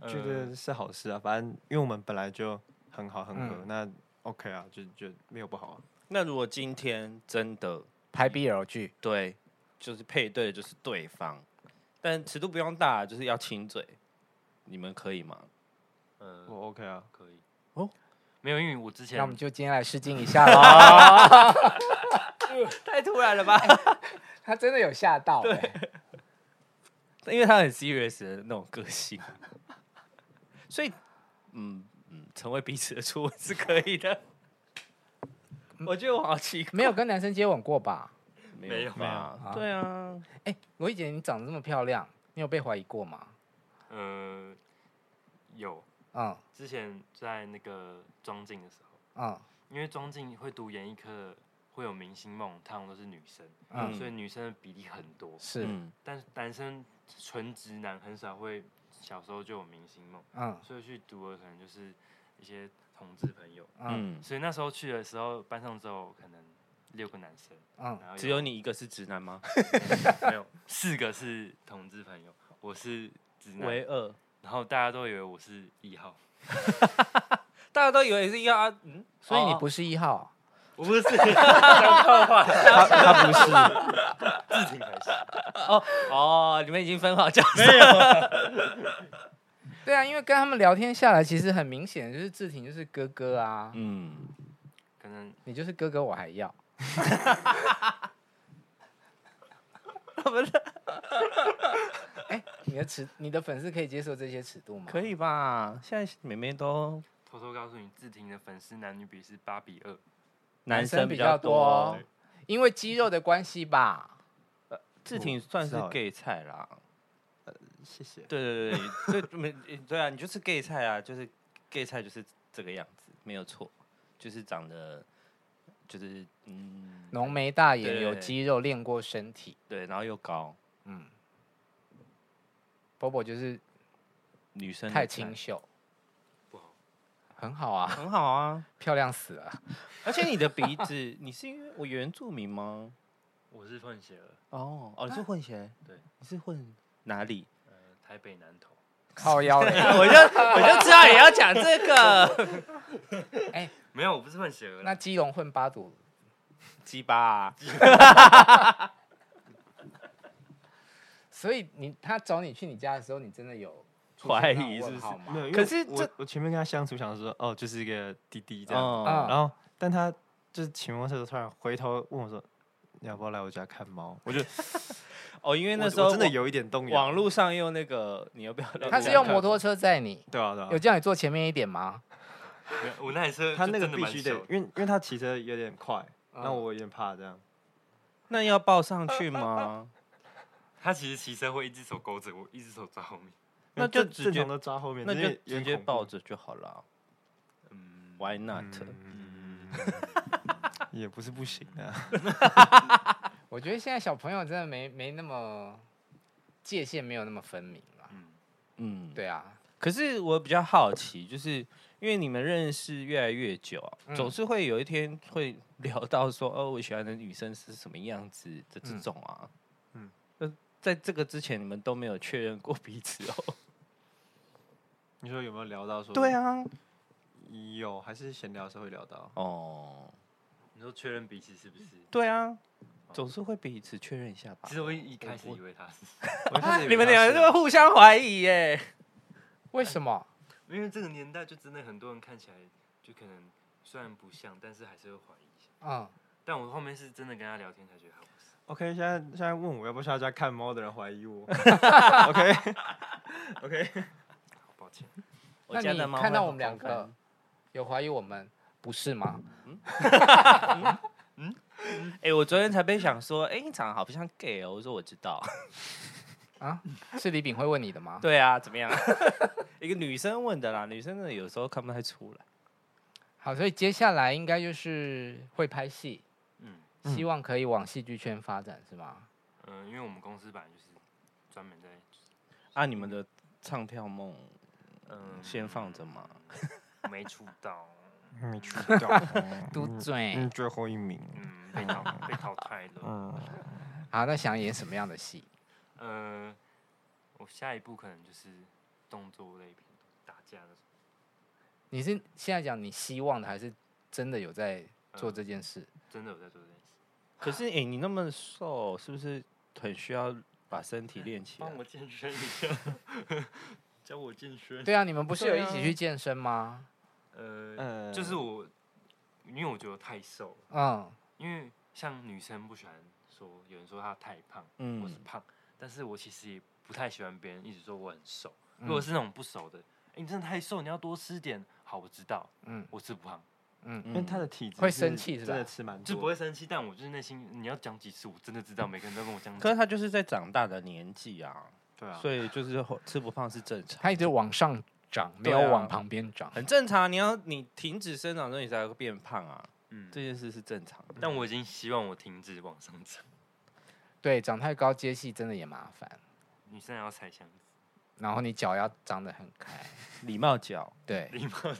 S6: 呃
S2: 觉得是好事啊，反正因为我们本来就很好很合，
S4: 嗯
S2: 那 OK 啊，就就没有不好啊。
S5: 那如果今天真的
S4: 拍 BL 剧，
S5: 对，就是配对的就是对方，但尺度不用大，就是要亲嘴，你们可以吗？
S6: 呃，
S2: 我 OK 啊，
S6: 可以。
S5: 哦
S6: 哦，没有，因为我之前
S4: 那我们就今天来试镜一下喽。
S5: 太突然了吧？
S4: 他真的有吓到、欸，
S5: 因为他很 serious 的那种个性， 所以嗯嗯，成为彼此的初吻是可以的。我觉得我好奇怪，
S4: 没有跟男生接吻过吧？
S5: 嗯没有
S2: 没有
S5: 吧？对啊，
S4: 哎、罗一姐，你长得这么漂亮，你有被怀疑过吗？
S6: 呃有
S4: 嗯
S6: 之前在那个庄敬的时候，
S4: 嗯
S6: 因为庄敬会读演艺科，会有明星梦，他们都是女生，
S4: 嗯，
S6: 所以女生的比例很多。
S4: 是嗯
S5: 嗯
S6: 但是男生纯直男很少会小时候就有明星梦，
S4: 嗯
S6: 所以去读的可能就是一些同志朋友。
S4: 嗯
S5: 嗯，
S6: 所以那时候去的时候，班上只有可能六个男生，
S4: 嗯，
S6: 然后
S5: 只有你一个是直男吗？
S6: 没有四个是同志朋友，我是直男，
S5: 唯二，
S6: 然后大家都以为我是一号，
S5: 大家都以为是要啊，嗯，
S4: 所以你
S5: 哦
S4: 不是一号，
S6: 我 不是讲错话，
S2: 他他不是，
S6: 自挺还是
S5: 哦，你们已经分好角色，
S4: 对啊，因为跟他们聊天下来，其实很明显就是志婷就是哥哥啊，
S5: 嗯，
S6: 可能
S4: 你就是哥哥，我还要。 哎、你的尺，你的粉丝可以接受这些尺度吗？
S5: 可以吧？现在妹妹都
S6: 偷偷告诉你，自婷的粉丝男女比是八比二，
S4: 男
S5: 生
S4: 生比
S5: 较
S4: 较多哦，因为肌肉的关系吧。
S5: 志挺算是
S2: 知道
S5: gay 菜啦。
S2: 谢谢。
S5: 对对对，对没对啊，你就是 gay 菜啊，就是 gay 菜就是这个样子，没有错，就是长得就是嗯
S4: 浓眉大
S5: 对
S4: 眼，
S5: 对
S4: 有
S5: 对
S4: 肌肉，练过身体。
S5: 对，然后又高，
S4: 嗯，波波就是
S5: 女生的菜
S4: 太清秀，
S6: 不好。
S4: 很好啊，
S5: 很好啊，
S4: 漂亮死了。
S5: 而且你的鼻子，你是因为我原住民吗？
S6: 我是混血儿，
S5: 哦哦，你是混血，
S6: 对，
S5: 你是混哪里？
S6: 呃，台北南投，
S4: 靠腰嘞，
S5: 我就我就知道你要讲这个
S6: 没有，我不是混血儿啦，
S4: 那基隆混八堵，
S5: 鸡巴、啊，
S4: 所以你他找你去你家的时候，你真的有出
S5: 怀
S4: 现那种
S5: 疑是
S4: 问
S5: 不
S4: 号
S5: 是
S4: 吗
S2: 没有，因为
S5: 可是
S2: 我
S5: 这
S2: 我前面跟他相处，想说哦，就是一个弟弟这样，
S5: 哦，
S2: 然后但他就是骑摩托车的时候突然回头问我说。你要不要来我家看猫？我就
S5: 哦，因为
S2: 我
S5: 那时候
S2: 我真的
S5: 网
S2: 有一点动摇
S5: 网。络上用那个，你要不要？
S4: 他是用摩托车载你，
S2: 对啊对啊
S4: 有，叫你坐前面一点吗？
S6: 没有我那也是
S2: 他
S6: 就
S2: 那个
S6: 真的
S2: 必
S6: 蛮
S2: 须得
S6: 小，
S2: 因为因为他骑车有点快，
S5: 啊
S2: 那
S4: 嗯
S2: 我有点怕这样。
S5: 那要抱上 去吗？
S6: 他其实骑车会一只手勾着我，一只手抓后面，
S5: 那就直
S2: 正
S5: 接
S2: 常都抓后面，
S5: 那
S2: 只
S5: 就是
S2: 有
S5: 直
S2: 点
S5: 接
S2: 恐怖
S5: 抱着就好了
S6: 嗯，
S5: ，Why not？
S2: 嗯，也不是不行啊。
S4: 我觉得现在小朋友真的没没那么界限没有那么分明了。
S6: 嗯，
S5: 嗯，。
S4: 对啊，
S5: 可是我比较好奇，就是因为你们认识越来越久啊，
S4: 嗯
S5: 总是会有一天会聊到说， 哦，我喜欢的女生是什么样子的这种啊。嗯
S2: 嗯，
S5: 那在这个之前，你们都没有确认过彼此哦。
S2: 你说有没有聊到说？
S5: 啊，
S2: 有还是闲聊的时候会聊到。
S5: 哦，
S6: 你说确认彼此是 不是？
S5: 对啊，总是会彼此确认一下吧
S6: 其。实我一开始
S5: 我
S6: 以为他是，我一开始以为
S5: 啊你们
S6: 他
S5: 两个
S6: 是
S5: 是互相怀疑耶。
S4: 为什么？
S6: 因为这个年代就真的很多人看起来就可能虽然不像，但是还是会怀疑一下。
S4: 嗯，
S6: 但我后面是真的跟他聊天才觉得他不是。
S2: OK，现在现在问我要不要下家看猫的人怀疑 我。OK OK，
S6: 好抱歉，
S5: 我
S4: 那
S5: 家
S4: 你
S5: 的猫
S4: 看
S5: 会
S4: 到
S5: 很
S4: 我们两
S5: 恐
S4: 个有怀疑我们不是吗？
S5: 哎、我昨天才被想说，哎、你长得好不像 gay 哦。我说我知道。
S4: 啊，是李炳辉问你的吗？
S5: 对啊，怎么样？ 一个女生问的啦，女生真的有时候看不太出来。
S4: 好，所以接下来应该就是会拍戏，
S6: 嗯
S2: 嗯
S4: 希望可以往戏剧圈发展，是吗？
S6: 嗯、呃因为我们公司本来就是专门在
S5: 啊，你们的唱跳梦
S6: 嗯、
S5: 先放着嘛。
S6: 没出道，
S2: 没去到，
S4: 嘟嘴。
S2: 嗯，最后一名，
S6: 嗯，被淘被淘汰了。
S2: 嗯，
S4: 好，那想演什么样的戏？
S6: 呃，我下一步可能就是动作类片，打架的。
S4: 你是现在讲你希望的，还是真的有在做
S5: 嗯
S4: 这件事？
S6: 真的有在做这件事。
S5: 可是，哎、你那么瘦，是不是很需要把身体练起来？
S6: 帮我健身一下，教我健身。
S4: 对啊，你们不是有
S5: 对
S4: 一
S5: 啊
S4: 起去健身吗？
S6: 呃，
S2: 呃
S6: 就是我，因为我觉得我太瘦了。
S4: 嗯，
S6: 因为像女生不喜欢说有人说她太胖或是
S5: 嗯，
S6: 胖，但是我其实也不太喜欢别人一直说我很瘦。
S4: 嗯
S6: 如果是那种不熟的，哎、你真的太瘦，你要多吃点。好，我知道，
S4: 嗯
S6: 我吃不胖，
S4: 嗯，
S2: 因为他的体质
S4: 会生气是
S2: 是
S4: 吧
S2: 真的吃蛮
S6: 就不会
S2: 多的，
S6: 生气，但我就是内心，你要讲几次，我真的知道，每个人都跟我这样
S5: 可是
S6: 讲。
S5: 他就是在长大的年纪啊，
S2: 对啊，
S5: 所以就是会吃不胖是正常，
S4: 它一直往上涨，没有
S5: 对啊
S4: 往旁边涨。
S5: 很正常啊。你要你停止生长之后，你才会变胖啊，
S6: 嗯，
S5: 这件事是正常的。
S6: 但我已经希望我停止往上涨。
S4: 对，长太高接戏真的也麻烦，
S6: 女生还要踩箱子，
S4: 然后你脚要张得很开。
S5: 礼貌脚，
S4: 对，
S6: 礼貌讲。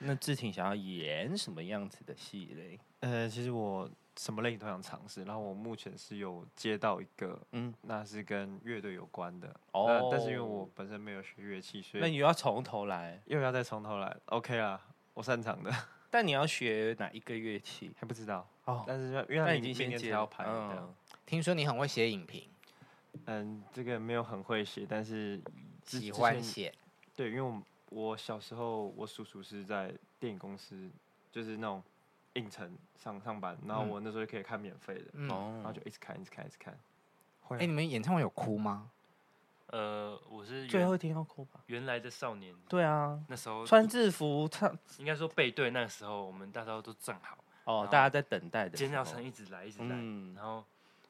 S5: 那志挺想要演什么样子的戏嘞？
S2: 呃，其实我什么类型都想尝试，然后我目前是有接到一个，
S5: 嗯，
S2: 那是跟乐队有关的，
S5: 哦
S2: 呃那但是因为我本身没有学乐器，所
S5: 那
S2: 以
S5: 你又要从头来，
S2: 又要再从头来，OK 啦，我擅长的
S5: 但你要学哪一个乐器？
S2: 还不知道，
S5: 哦，
S2: 但是因为他
S5: 但已
S2: 明
S5: 经
S2: 明
S5: 先
S2: 年才
S5: 接
S2: 要
S5: 了嗯
S2: 排这样，
S4: 听说你很会写影评，
S2: 嗯，这个没有很会写，但是之
S4: 喜
S2: 之
S4: 欢
S2: 前
S4: 写。
S2: 对，因为我我小时候，我叔叔是在电影公司，就是那种应承上上班，然后
S4: 嗯
S2: 我那时候就可以看免费的，
S4: 嗯，
S5: 哦
S2: 然后就一直看，一直看，一直看。会
S4: 哎、
S5: 嗯
S2: 啊
S4: 你们演唱会有哭吗？
S6: 呃，我是
S5: 最后
S6: 原
S5: 一天要哭吧？
S6: 原来的少年，
S5: 对啊，
S6: 那时候
S5: 穿制服唱
S6: 应该说背对那个时候，我们大家都站好，
S5: 哦，
S6: 后
S5: 大家在等待的
S6: 尖
S5: 时
S6: 叫
S5: 候
S6: 声一直来，一直来。
S5: 嗯
S6: 然后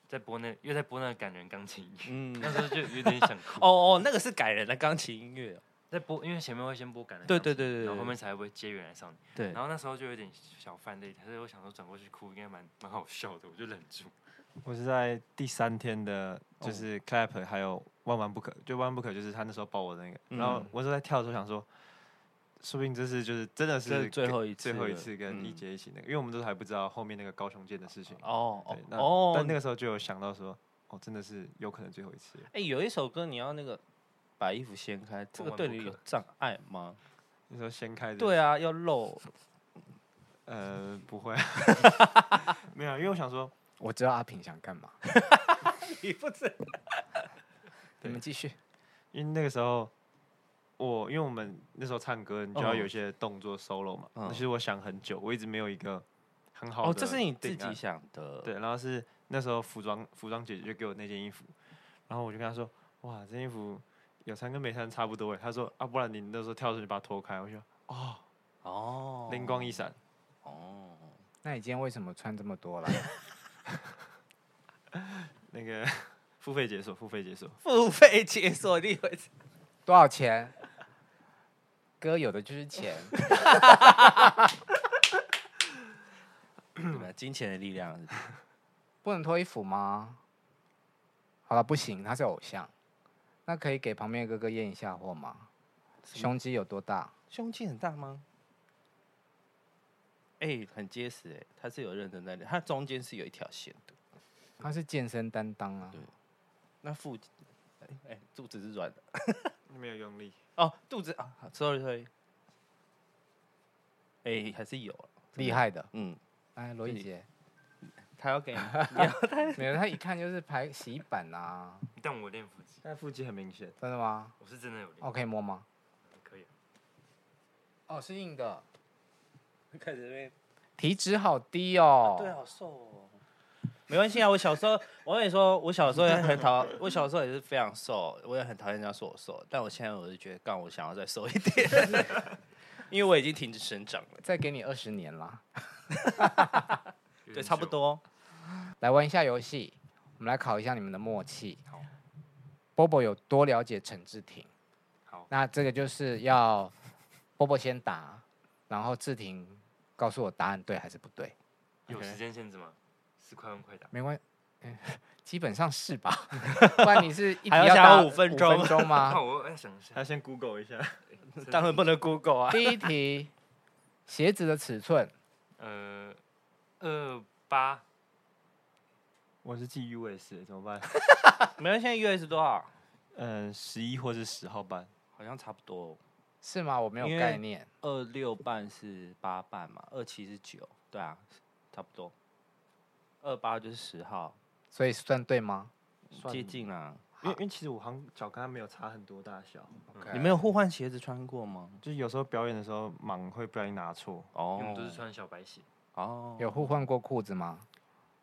S6: 在播那又在播那个感人钢琴音乐，
S5: 嗯，
S6: 那时候就有点想哭。
S5: 哦哦，那个是感人的钢琴音乐哦，
S6: 在播，因为前面会先播感人钢
S5: 对对
S6: 琴，
S5: 对对
S6: 然后
S5: 对
S6: 后面才会接原来少女。
S5: 对
S6: 然，后那时候就有点小犯泪，但是我想说转过去哭应该蛮蛮好笑的，我就忍住。
S2: 我是在第三天的，
S5: 哦
S2: 就是 clap，还有万万不可，就万万不可，就是他那时候抱我的那个，然后
S5: 嗯
S2: 我是在跳的时候想说，说不定这是就是真的
S5: 这
S2: 是
S5: 是最
S2: 跟
S5: 后一
S2: 最后
S5: 次
S2: 一
S5: 了
S2: 次跟一
S5: 嗯
S2: 姐一起那个，因为我们都还不知道后面那个高雄见的事情。
S5: 哦
S2: 对，那
S5: 哦
S2: 但那
S5: 个
S2: 个时候就有想到说，哦，真的是有可能最后一次了。
S5: 哎，有一首歌你要那个把衣服掀开，这个
S6: 万
S5: 对
S6: 不
S5: 你有
S6: 可
S5: 障碍吗？
S2: 那时候先开的
S5: 对啊，要露
S2: 呃，不会， 没有，因为我想说，
S4: 我知道阿平想干嘛，
S5: 你不知
S4: 你们继续。
S2: 因为那个时候我，因为我们那时候唱歌，你就要
S5: 嗯
S2: 有一些动作 solo 嘛。
S5: 嗯
S2: 其实我想很久，我一直没有一个很好的。
S5: 哦，这是你自己。想的，
S2: 啊对，然后是那时候服装服装姐姐就给我那件衣服，然后我就跟她说，哇，这件衣服有穿跟没穿差不多哎。她说，啊，不然你那时候跳的时候你把它脱开。我就说哦
S5: 哦，
S2: 灵光一闪，
S5: 哦，
S4: 那你今天为什么穿这么多了？
S2: 那个付费解锁，付费解锁。
S5: 付费解锁你会
S4: 多少钱？哥有的就是钱。
S5: 对吧？啊金钱的力量是不是，
S4: 不能脱衣服吗？好了，不行，他是偶像。那可以给旁边的哥哥验一下货吗？胸肌有多大？
S5: 胸肌很大吗？哎、很结实哎、它是有认真在练，它中间是有一条线的。
S4: 他是健身担当啊
S5: 对。那腹肌，哎、哎肚子是软的
S2: 没有用力，
S5: 哦，肚子啊，sorry sorry，哎、还是有啊
S4: 厉害的。
S5: 嗯，
S4: 哎，罗
S5: 自
S4: 艺
S5: 己
S4: 杰，
S5: 他要给 你
S4: 没有，他一看就是排洗衣板啊，
S6: 但我练腹肌，
S2: 但腹肌很 明显，
S4: 真的吗？
S6: 我是真的有练，
S4: 哦，可以摸吗？
S6: 可以啊。
S4: 哦，是硬的，
S5: 开始被
S4: 体脂好低哦。
S5: 对，
S6: 啊
S5: 好瘦哦。没关系啊，我小时候，我跟你说，我小时候也很 讨，我小时候也是非常瘦，我也很讨厌人家说我瘦，但我现在我就觉得，干，我想要再瘦一点， 因为我已经停止生长了，
S4: 再给你二十年啦。
S6: 有
S5: 对，
S6: 点
S5: 差不
S6: 久。
S5: 多。
S4: 来玩一下游戏，我们来考一下你们的默契。
S6: 好，
S4: Bobo 有多了解陈志廷？
S6: 好
S4: 那这个就是要 Bobo 先答，然后志廷告诉我答案对还是不对，
S6: 有
S5: OK
S6: 时间限制吗？是快问快答。
S4: 没关 系。嗯基本上是 吧？不然你是一题
S5: 还要
S4: 要
S5: 加
S4: 答
S5: 五分
S4: 钟
S5: 钟
S6: 那
S4: 吗？
S6: 我要想一下
S2: 他，先 Google 一下，
S5: 啊当然不
S6: 能。
S5: 能 Google 啊，
S4: 第一题，鞋子的尺寸，
S6: 呃，二八
S2: 我是记 US 的怎么办？
S5: 没关系，现在 US 多少？
S2: 嗯，十一或是十号半，
S5: 好像差不多，
S4: 是吗？我没有
S5: 因为
S4: 概念。
S5: 二六半是八半嘛，二七是九，对啊，差不多。二八就是十号，
S4: 所以算对吗？
S2: 算
S5: 接近啦。
S2: 因为因为其实我好像脚跟他没有差很多大小，
S6: OK
S5: 你们有互换鞋子穿过吗？
S2: 就是有时候表演的时候忙会不小心拿错，
S6: 因
S5: 哦
S6: 为我们都是穿小白鞋，
S5: 哦，
S4: 有互换过裤子吗？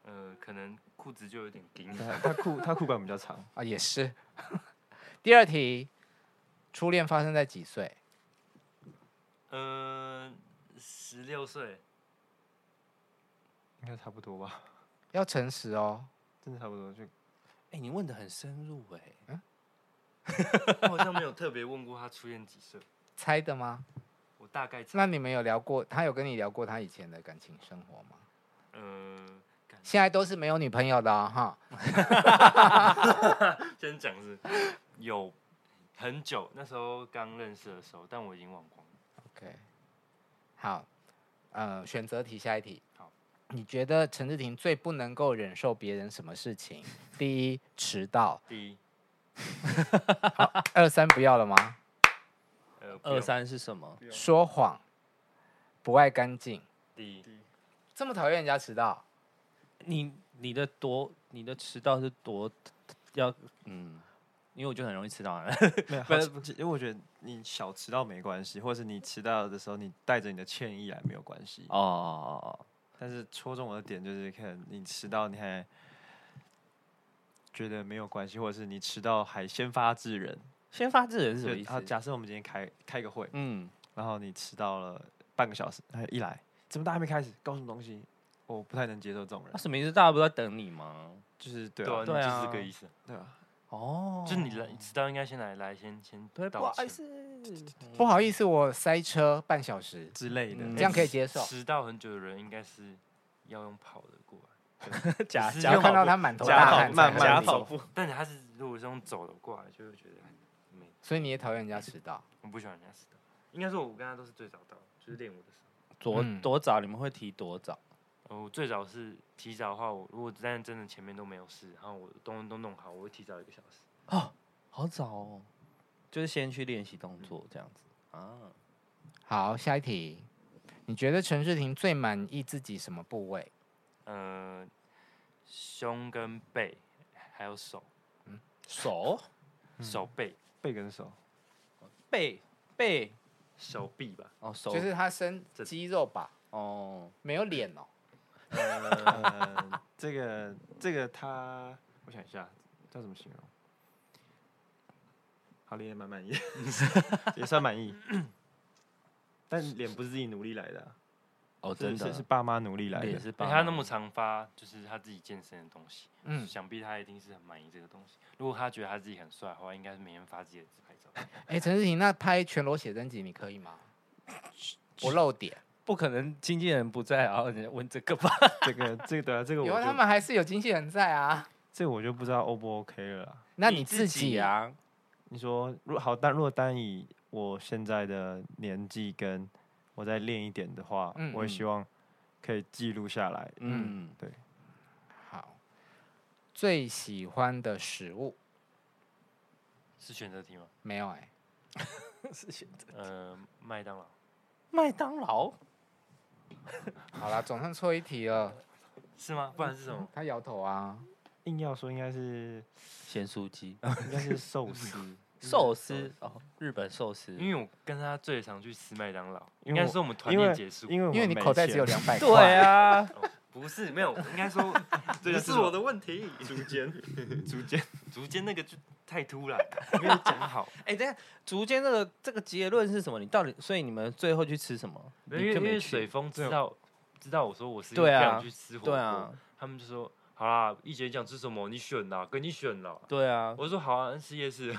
S6: 呃，可能裤子就有点紧。
S2: 他他裤他裤管比较长，
S4: 啊，也是。 第二题，初恋发生在几岁？
S6: 呃，十六岁，
S2: 应该差不多吧，
S4: 要诚实哦。
S2: 真的差不多就
S5: 哎、你问的很深入哎、
S6: 我好像没有特别问过他初恋几岁，
S4: 猜的吗？
S6: 我大概猜。
S4: 那你们有聊过？他有跟你聊过他以前的感情生活吗？
S6: 呃，感
S4: 现在都是没有女朋友的哦哈、
S6: 先讲是有很久，那时候刚认识的时候，但我已经忘光了。
S4: OK，好，呃，选择题下一题。
S6: 好，
S4: 你觉得陈志廷最不能够忍受别人什么事情？第一，迟到。
S6: 第一，
S4: 二三不要了吗？
S6: 呃，不
S5: 二
S6: 用
S5: 三是什么？
S4: 说谎，不爱干净，
S6: 第一，
S4: 这么讨厌人家迟到，
S5: 你你的多你的迟到是多要嗯，因为我就很容易迟到啊。
S2: 没有，
S5: 不
S2: 好
S5: 是
S2: 奇因为我觉得你小迟到没关系，或者是你迟到的时候你带着你的歉意来没有关系。
S5: 哦哦哦哦，
S2: 但是戳中我的点就是，可能你迟到你还觉得没有关系，或者是你迟到还先发制人。
S5: 先发制人是什么
S2: 就
S5: 意
S2: 好，
S5: 思？
S2: 假设我们今天开开个会，
S5: 嗯，
S2: 然后你迟到了半个小时，然后一来怎么大家还没开始，搞什么东西？我不太能接受这种人
S4: 啊
S5: 那、，什么意思？大家不是在等你吗？
S2: 就是对啊，
S6: 啊，你
S5: 对
S6: 就是
S5: 啊
S6: 这个意思。
S2: 对啊，
S5: 哦，
S6: 就是你来，你迟到应该先来，来先先
S5: 对，不
S6: 道
S5: 好
S6: 歉
S5: 意。思，
S4: 不好意思，我塞车半小时，
S2: 之类的。
S5: 嗯
S4: 这样可以接受。
S6: 迟到很久的人应该是要用跑的过来，
S5: 假
S6: 只是
S5: 假
S4: 要
S6: 用
S5: 跑
S4: 看
S5: 步
S4: 到他满头
S5: 假
S4: 大啊
S5: 跑
S4: 汗
S5: 步
S4: 才
S2: 慢
S4: 会
S2: 慢
S5: 假
S4: 理
S5: 跑
S4: 解，
S5: 步，
S6: 但他是如果是用走的过来，就会觉得哎没，
S4: 所以你也讨厌人家迟到。
S6: 我不喜欢人家迟到。应该说，我跟他都是最早到，就是练舞的时候。
S5: 多
S4: 嗯
S5: 多早你们会提多早？
S6: 呃，我最早是提早的话，我如果但真的前面都没有事，然后我东都弄好，我会提早一个小时。
S5: 好早哦，就是先去练习动作这样子啊。
S4: 好，下一题，你觉得陈世婷最满意自己什么部位？
S6: 呃，胸跟背，还有手，
S5: 手
S6: 手背、
S2: 背跟 手，
S5: 背背
S6: 手臂吧。
S5: 哦手
S4: 就是他身
S6: 这
S4: 肌肉吧，
S5: 哦
S4: 没有脸哦。
S2: 呃，这个这个他，我想一下，叫怎么形容？好，脸也蛮 满意，也算满意，但脸不是自己努力来的啊、
S5: 哦
S2: 是
S5: 真的
S2: 是是爸妈努力来
S5: 也
S2: 的。
S5: 是
S6: 而
S5: 帮
S6: 且他那么常发，就是他自己健身的东西，
S4: 嗯，
S6: 想必他一定是很满意这个东西。如果他觉得他自己很帅的话，应该是每天发自己的自拍照。
S4: 哎，陈世婷，那拍全裸写真集你可以吗？不露点，
S5: 不可能经纪人不在，然后人家问这个 吧？
S2: 这个这个对啊，这个我
S4: 有啊，他
S2: 就
S4: 们还是有经纪人在啊。
S2: 这个我就不知道 O 不 OK 了啊啦。
S4: 那
S5: 你
S4: 你自己，
S5: 啊，
S2: 你说，如果好单，如果单以我现在的年纪跟我再练一点的话，
S4: 嗯
S2: 我也
S5: 嗯
S2: 希望可以记录下来。
S5: 嗯，
S4: 好，最喜欢的食物
S6: 是选择题吗？
S4: 没有哎，
S5: 是选择
S6: 呃，麦当劳。
S5: 麦当劳
S4: 好啦，总算错一题了。
S6: 是吗？不然是什么？
S4: 他摇头啊，
S2: 硬要说应该是
S5: 咸酥鸡、
S2: 应该是寿司，
S5: 寿司哦，日本寿司。
S6: 因为我跟他最常去吃麦当劳，
S2: 因为
S6: 应该
S2: 我
S6: 嗯是我们团
S2: 因为
S6: 练结束。
S2: 因为我
S4: 因为你
S2: 没
S4: 口袋只
S2: 钱
S4: 有两百 块。
S5: 对，啊，
S6: 不是，没有，应该 说
S2: 这
S6: 不
S2: 就是是
S6: 我的问题。
S2: 竹间，竹间，
S6: 竹间那个就太突然了，我跟你讲 好，
S5: 哎、等一下，竹间这个这个结论是什么？你到底，所以你们最后去吃什么？
S6: 因
S5: 你
S6: 为
S5: 就
S6: 因
S5: 没
S6: 为
S5: 去
S6: 水风知道知道我说我是不
S5: 对啊
S6: 想去吃火
S5: 对
S6: 锅
S5: 啊，，
S6: 他们就说好啦，一姐你想吃什么你选啦，跟你选啦。
S5: 对啊，
S6: 我说好啊，吃夜市。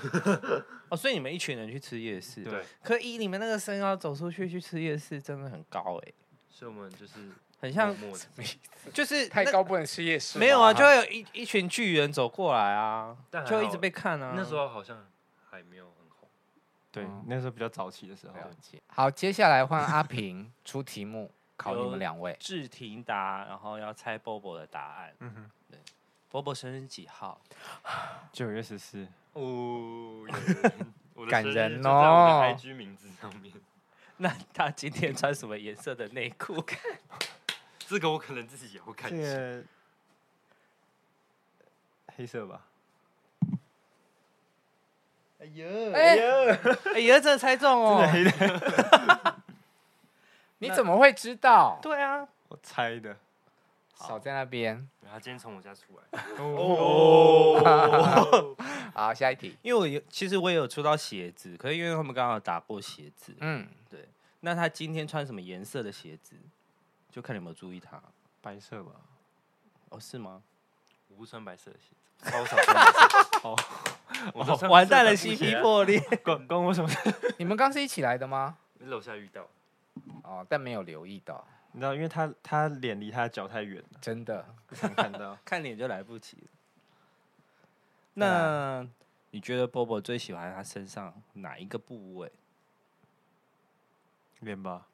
S5: 哦，所以你们一群人去吃夜市，
S6: 对，
S5: 可以你们那个身高走出去去吃夜市，真的很高哎、
S6: 所以我们就是
S5: 很像
S6: 默默的，
S5: 就是
S4: 太
S5: 那。
S4: 高不能吃夜市吗。
S5: 没有啊，就会有一一群巨人走过来啊
S6: 但，还
S5: 就一
S6: 好
S5: 直被看啊。
S6: 那时候好像还没有很红。
S2: 对
S4: 嗯，
S2: 那时候比较早期的时候，
S4: 了解。好，接下来换阿平出题目，考你
S5: 有
S4: 们两位。
S5: 志廷答，然后要猜 Bobo 的答案。
S2: 嗯哼，
S5: Bobo 生日几号？
S2: 九月十四，
S6: 哦，我的
S4: 感
S6: 生日
S4: 人
S6: 就在我
S4: 哦
S6: 的 IG 名字上面，
S5: 那他今天穿什么颜色的内裤？
S6: 这个我可能自己也会看
S2: 这
S6: 一下。
S2: 个黑色吧，
S6: 哎呦，
S4: 哎
S5: 哎呀， 真的猜中哦！
S4: 你怎么会知道？
S5: 对啊，
S2: 我猜的，
S4: 少在那边。
S6: 他今天从我家出来，
S5: 哦
S4: 好，下一题。
S5: 因为我有，其实我也有出到鞋子，可是因为他们刚好打破鞋子，
S4: 嗯，
S5: 那他今天穿什么颜色的鞋子，就看你有没有注意他。
S2: 白色吧，
S5: 哦，是吗？
S6: 我不穿白色的鞋子，超少穿白色的鞋子。
S2: 哦
S6: 我都穿
S5: 完蛋
S6: 色
S5: 了，
S6: 彩
S5: 嬉
S6: 布
S5: 皮
S6: 鞋啊
S5: 破裂。。
S2: 关关我什么事？
S4: 你们刚是一起来的吗？
S6: 楼下遇到，
S4: 哦，但没有留意到，
S2: 你知道，因为他他脸离他的脚太远了，
S4: 真的。
S2: 不常看到
S5: 看脸就来不及了。
S4: 对
S5: 那你觉得 Bobo 最喜欢他身上哪一个部位？
S2: 脸吧，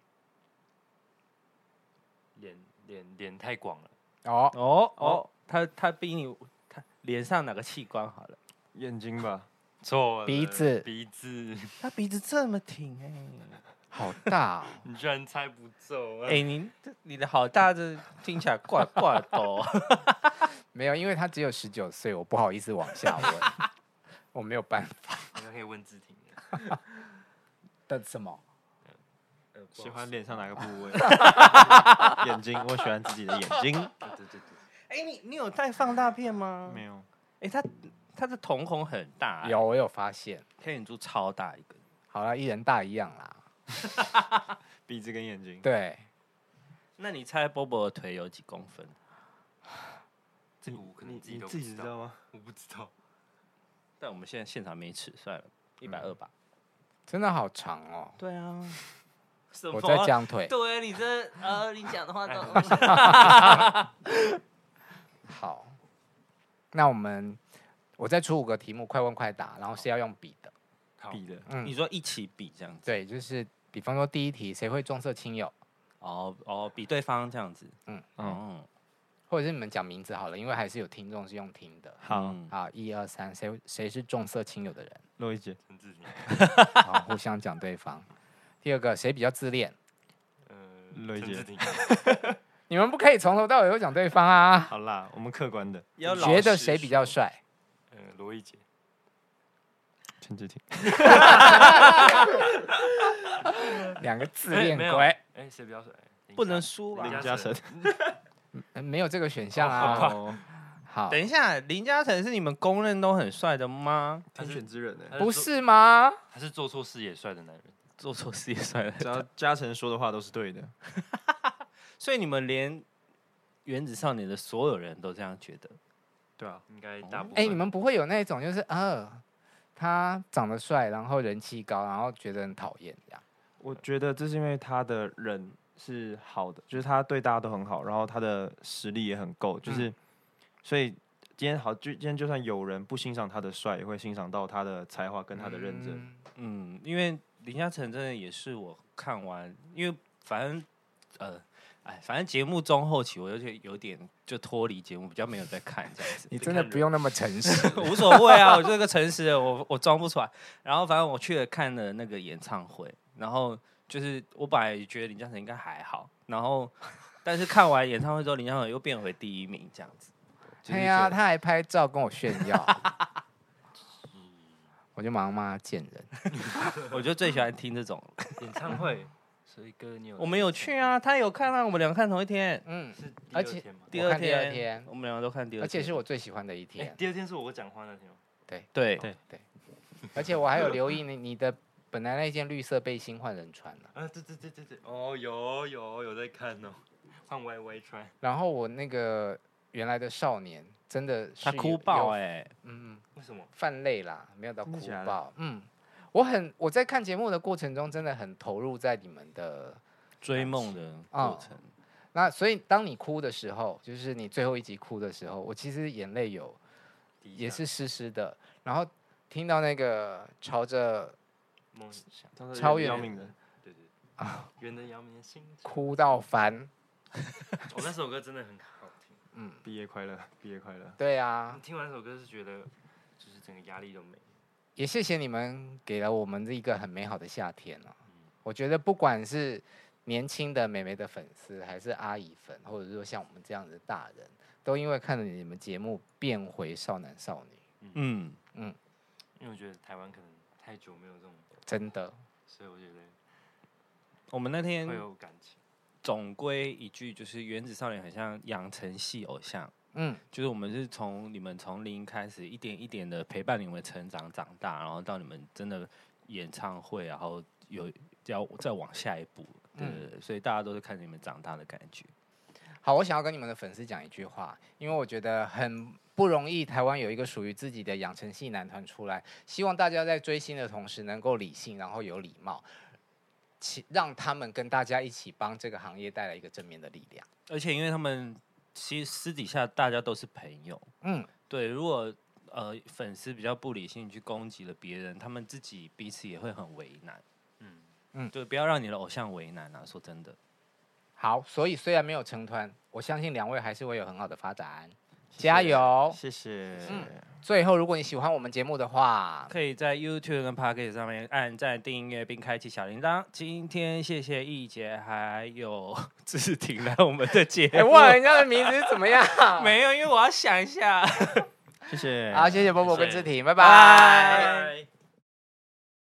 S6: 脸脸脸太广了，
S4: 哦，
S5: 哦哦，他他逼你，他脸上哪个器官好了？
S2: 眼睛吧，
S6: 错了
S4: 鼻子
S6: 鼻子，
S5: 他鼻子这么挺哎、
S4: 好大哦。
S6: 你居然猜不中啊！
S5: 哎、你这你的好大，这听起来怪怪的、哦。
S4: 没有，因为他只有十九岁，我不好意思往下 问，我没有办法。
S6: 好像可以问志婷了，
S4: 的什么？
S6: 呃不好
S2: 喜
S6: 意
S2: 欢
S6: 思
S2: 脸上哪个部位？眼睛，我喜欢自己的眼睛。
S6: 对对对对，
S5: 哎、你你有带放大片吗？
S2: 没。有，
S5: 哎、他他的瞳孔很大、欸
S4: 有，我有发现。
S5: 黑眼珠超大一个。
S4: 好了，一人大一样啦。
S2: 鼻子跟眼睛。
S4: 对，
S5: 那你猜 Bobo 的腿有几公分？
S6: 这个我可能
S2: 你
S6: 自己
S2: 你
S6: 都不
S2: 自己知道吗？
S6: 我不知道，
S5: 但我们现在现场没尺，算了，一百二吧。
S4: 真的好长哦。
S5: 嗯对啊，什
S4: 我在讲哎腿。
S5: 对你这呃，你讲的话都
S4: 好，那我们我再出五个题目，快问快答，然后是要用笔的。
S6: 好，
S2: 比的，
S5: 你
S4: 嗯，
S5: 说一起比这样子，
S4: 对，就是比方说第一题，谁会重色轻友，
S5: 哦哦，比对方这样子，
S4: 嗯
S5: 嗯，
S4: 或者是你们讲名字好了，因为还是有听众是用听的。
S2: 好，
S5: 嗯
S4: 好，一二三，谁谁是重色轻友的人？
S2: 洛伊姐，
S6: 陈志婷，
S4: 好，互相讲对方。第二个，谁比较自恋？
S6: 呃，
S2: 雷
S6: 陈
S2: 姐
S6: 志婷，
S4: 你们不可以从头到尾都讲对方啊！
S2: 好啦，我们客观的，
S5: 要
S4: 你
S5: 老
S4: 觉得
S5: 实
S4: 谁比
S5: 说
S4: 较帅？
S6: 呃，罗一姐，
S2: 陈志婷，
S4: 两个自
S6: 哎
S4: 恋
S6: 没有
S4: 鬼，
S6: 哎，谁比较帅？哎
S5: 不能输吧
S6: 林？
S2: 林
S6: 嘉
S2: 嘉
S6: 诚
S2: 诚，
S4: 呃没有这个选项啊。
S2: 哦，
S4: 好，
S5: 等一下，林嘉诚是你们公认都很帅的吗？
S2: 天选之人欸 呢？
S6: 他
S4: 不
S6: 做，
S4: 是吗？
S6: 他是做错事也帅的男人，
S5: 做错事也帅的，
S2: 只要嘉诚说的话都是对的，
S5: 所以你们连原子少年的所有人都这样觉得。
S2: 对啊，
S6: 应该大部分。
S4: 哎、你们不会有那种就是呃，他长得帅，然后人气高，然后觉得很讨厌这样。
S2: 我觉得这是因为他的人是好的，就是他对大家都很好，然后他的实力也很够，就是、所以今天好，就今天就算有人不欣赏他的帅，也会欣赏到他的才华跟他的认真。
S4: 嗯
S5: 嗯，因为林嘉诚真的也是我看完，因为反正呃，哎，反正节目中后期我就觉得有点就脱离节目，比较没有在看这样子。。
S4: 你真的不用那么诚 实
S5: 无所谓啊，我就是个诚实的，我我装不出来。然后反正我去了看了那个演唱会，然后就是我本来觉得林嘉诚应该还好，然后但是看完演唱会之后，林湘友又变回第一名这样 子。就是
S4: 对哎呀、
S5: 觉得
S4: 他还拍照跟我炫耀， 我就马上骂他贱人。
S5: 我就最喜欢听这种。
S6: 演唱会，所以哥你有
S5: 我们有去啊，他有看啊，我们两个看同一天，
S4: 嗯，
S6: 是第
S4: 而
S6: 二
S4: 且
S6: 天吗？
S5: 第
S4: 我
S5: 二
S4: 看第
S5: 天，
S4: 二天
S5: 我们两个都看第二天，
S4: 而且是我最喜欢的一
S6: 哎
S4: 天，
S6: 第二天是我讲话那天吗？
S5: 对
S2: 对
S4: 而且我还有留意你 你的本来那件绿色背心换人穿了，
S6: 啊，对对对对对，哦，有有有在看哦，换 YY 穿，
S4: 然后我那个原来的少年真的是
S5: 他
S4: 有
S5: 哭爆哎、
S4: 有嗯嗯，
S6: 为什么？
S4: 泛泪啦，没有到
S2: 真
S4: 哭
S2: 的假的
S4: 爆，嗯。我很我在看节目的过程中，真的很投入在你们的
S5: 追梦的
S4: 啊
S5: 过程。
S4: 那，所以当你哭的时候，就是你最后一集哭的时候，我其实眼泪有
S6: 第一
S4: 也
S6: 场
S4: 是
S2: 啊
S4: 湿湿的，然后听到那个朝着
S6: 梦想，
S4: 超越
S2: 姚明的，
S6: 对对啊，圆的姚明的心肠。
S4: 哭到烦，
S6: 哦，那首歌真的很好听，
S4: 嗯，
S2: 毕业快乐，毕业快乐。
S4: 对
S6: 你
S4: 啊，
S6: 听完这首歌是觉得就是整个压力都没了。
S4: 也谢谢你们给了我们一个很美好的夏天啊。我觉得不管是年轻的美眉的粉丝，还是阿姨粉，或者是说像我们这样子的大人，都因为看了你们节目变回少男少女，
S5: 嗯，
S6: 因为我觉得台湾可能太久没有这种，
S4: 真的，
S6: 所以我觉得
S5: 我们那天
S6: 会有感情。
S5: 总归一句，就是《原子少年》很像养成系偶像，
S4: 嗯，
S5: 就是我们是从你们从零开始，一点一点的陪伴你们成长长大，然后到你们真的演唱会，然后有要再往下一步，对
S4: 嗯
S5: 对对，所以大家都是看你们长大的感觉。
S4: 好，我想要跟你们的粉丝讲一句话，因为我觉得很不容易，台湾有一个属于自己的养成系男团出来，希望大家在追星的同时能够理性，然后有礼貌，其让他们跟大家一起帮这个行业带来一个正面的力量。
S5: 而且因为他们其实私底下大家都是朋友，
S4: 嗯，
S5: 对，如果呃粉丝比较不理性去攻击了别人，他们自己彼此也会很为难。
S6: 嗯，
S5: 对，不要让你的偶像为难啊！说真的，
S4: 好，所以虽然没有成团，我相信两位还是会有很好的发展，加油！
S2: 谢谢。
S4: 最后，如果你喜欢我们节目的话，
S5: 可以在 YouTube 跟 Pocket 上面按赞、订阅并开启小铃铛。今天谢谢易杰还有志婷来我们的节
S4: 哎、
S5: 目，
S4: 忘了人家的名字是怎么样？
S5: 没 有，因为我要想一下。
S2: 谢谢。
S4: 好，谢谢波波跟志婷，拜
S5: 拜
S4: 拜
S5: 拜。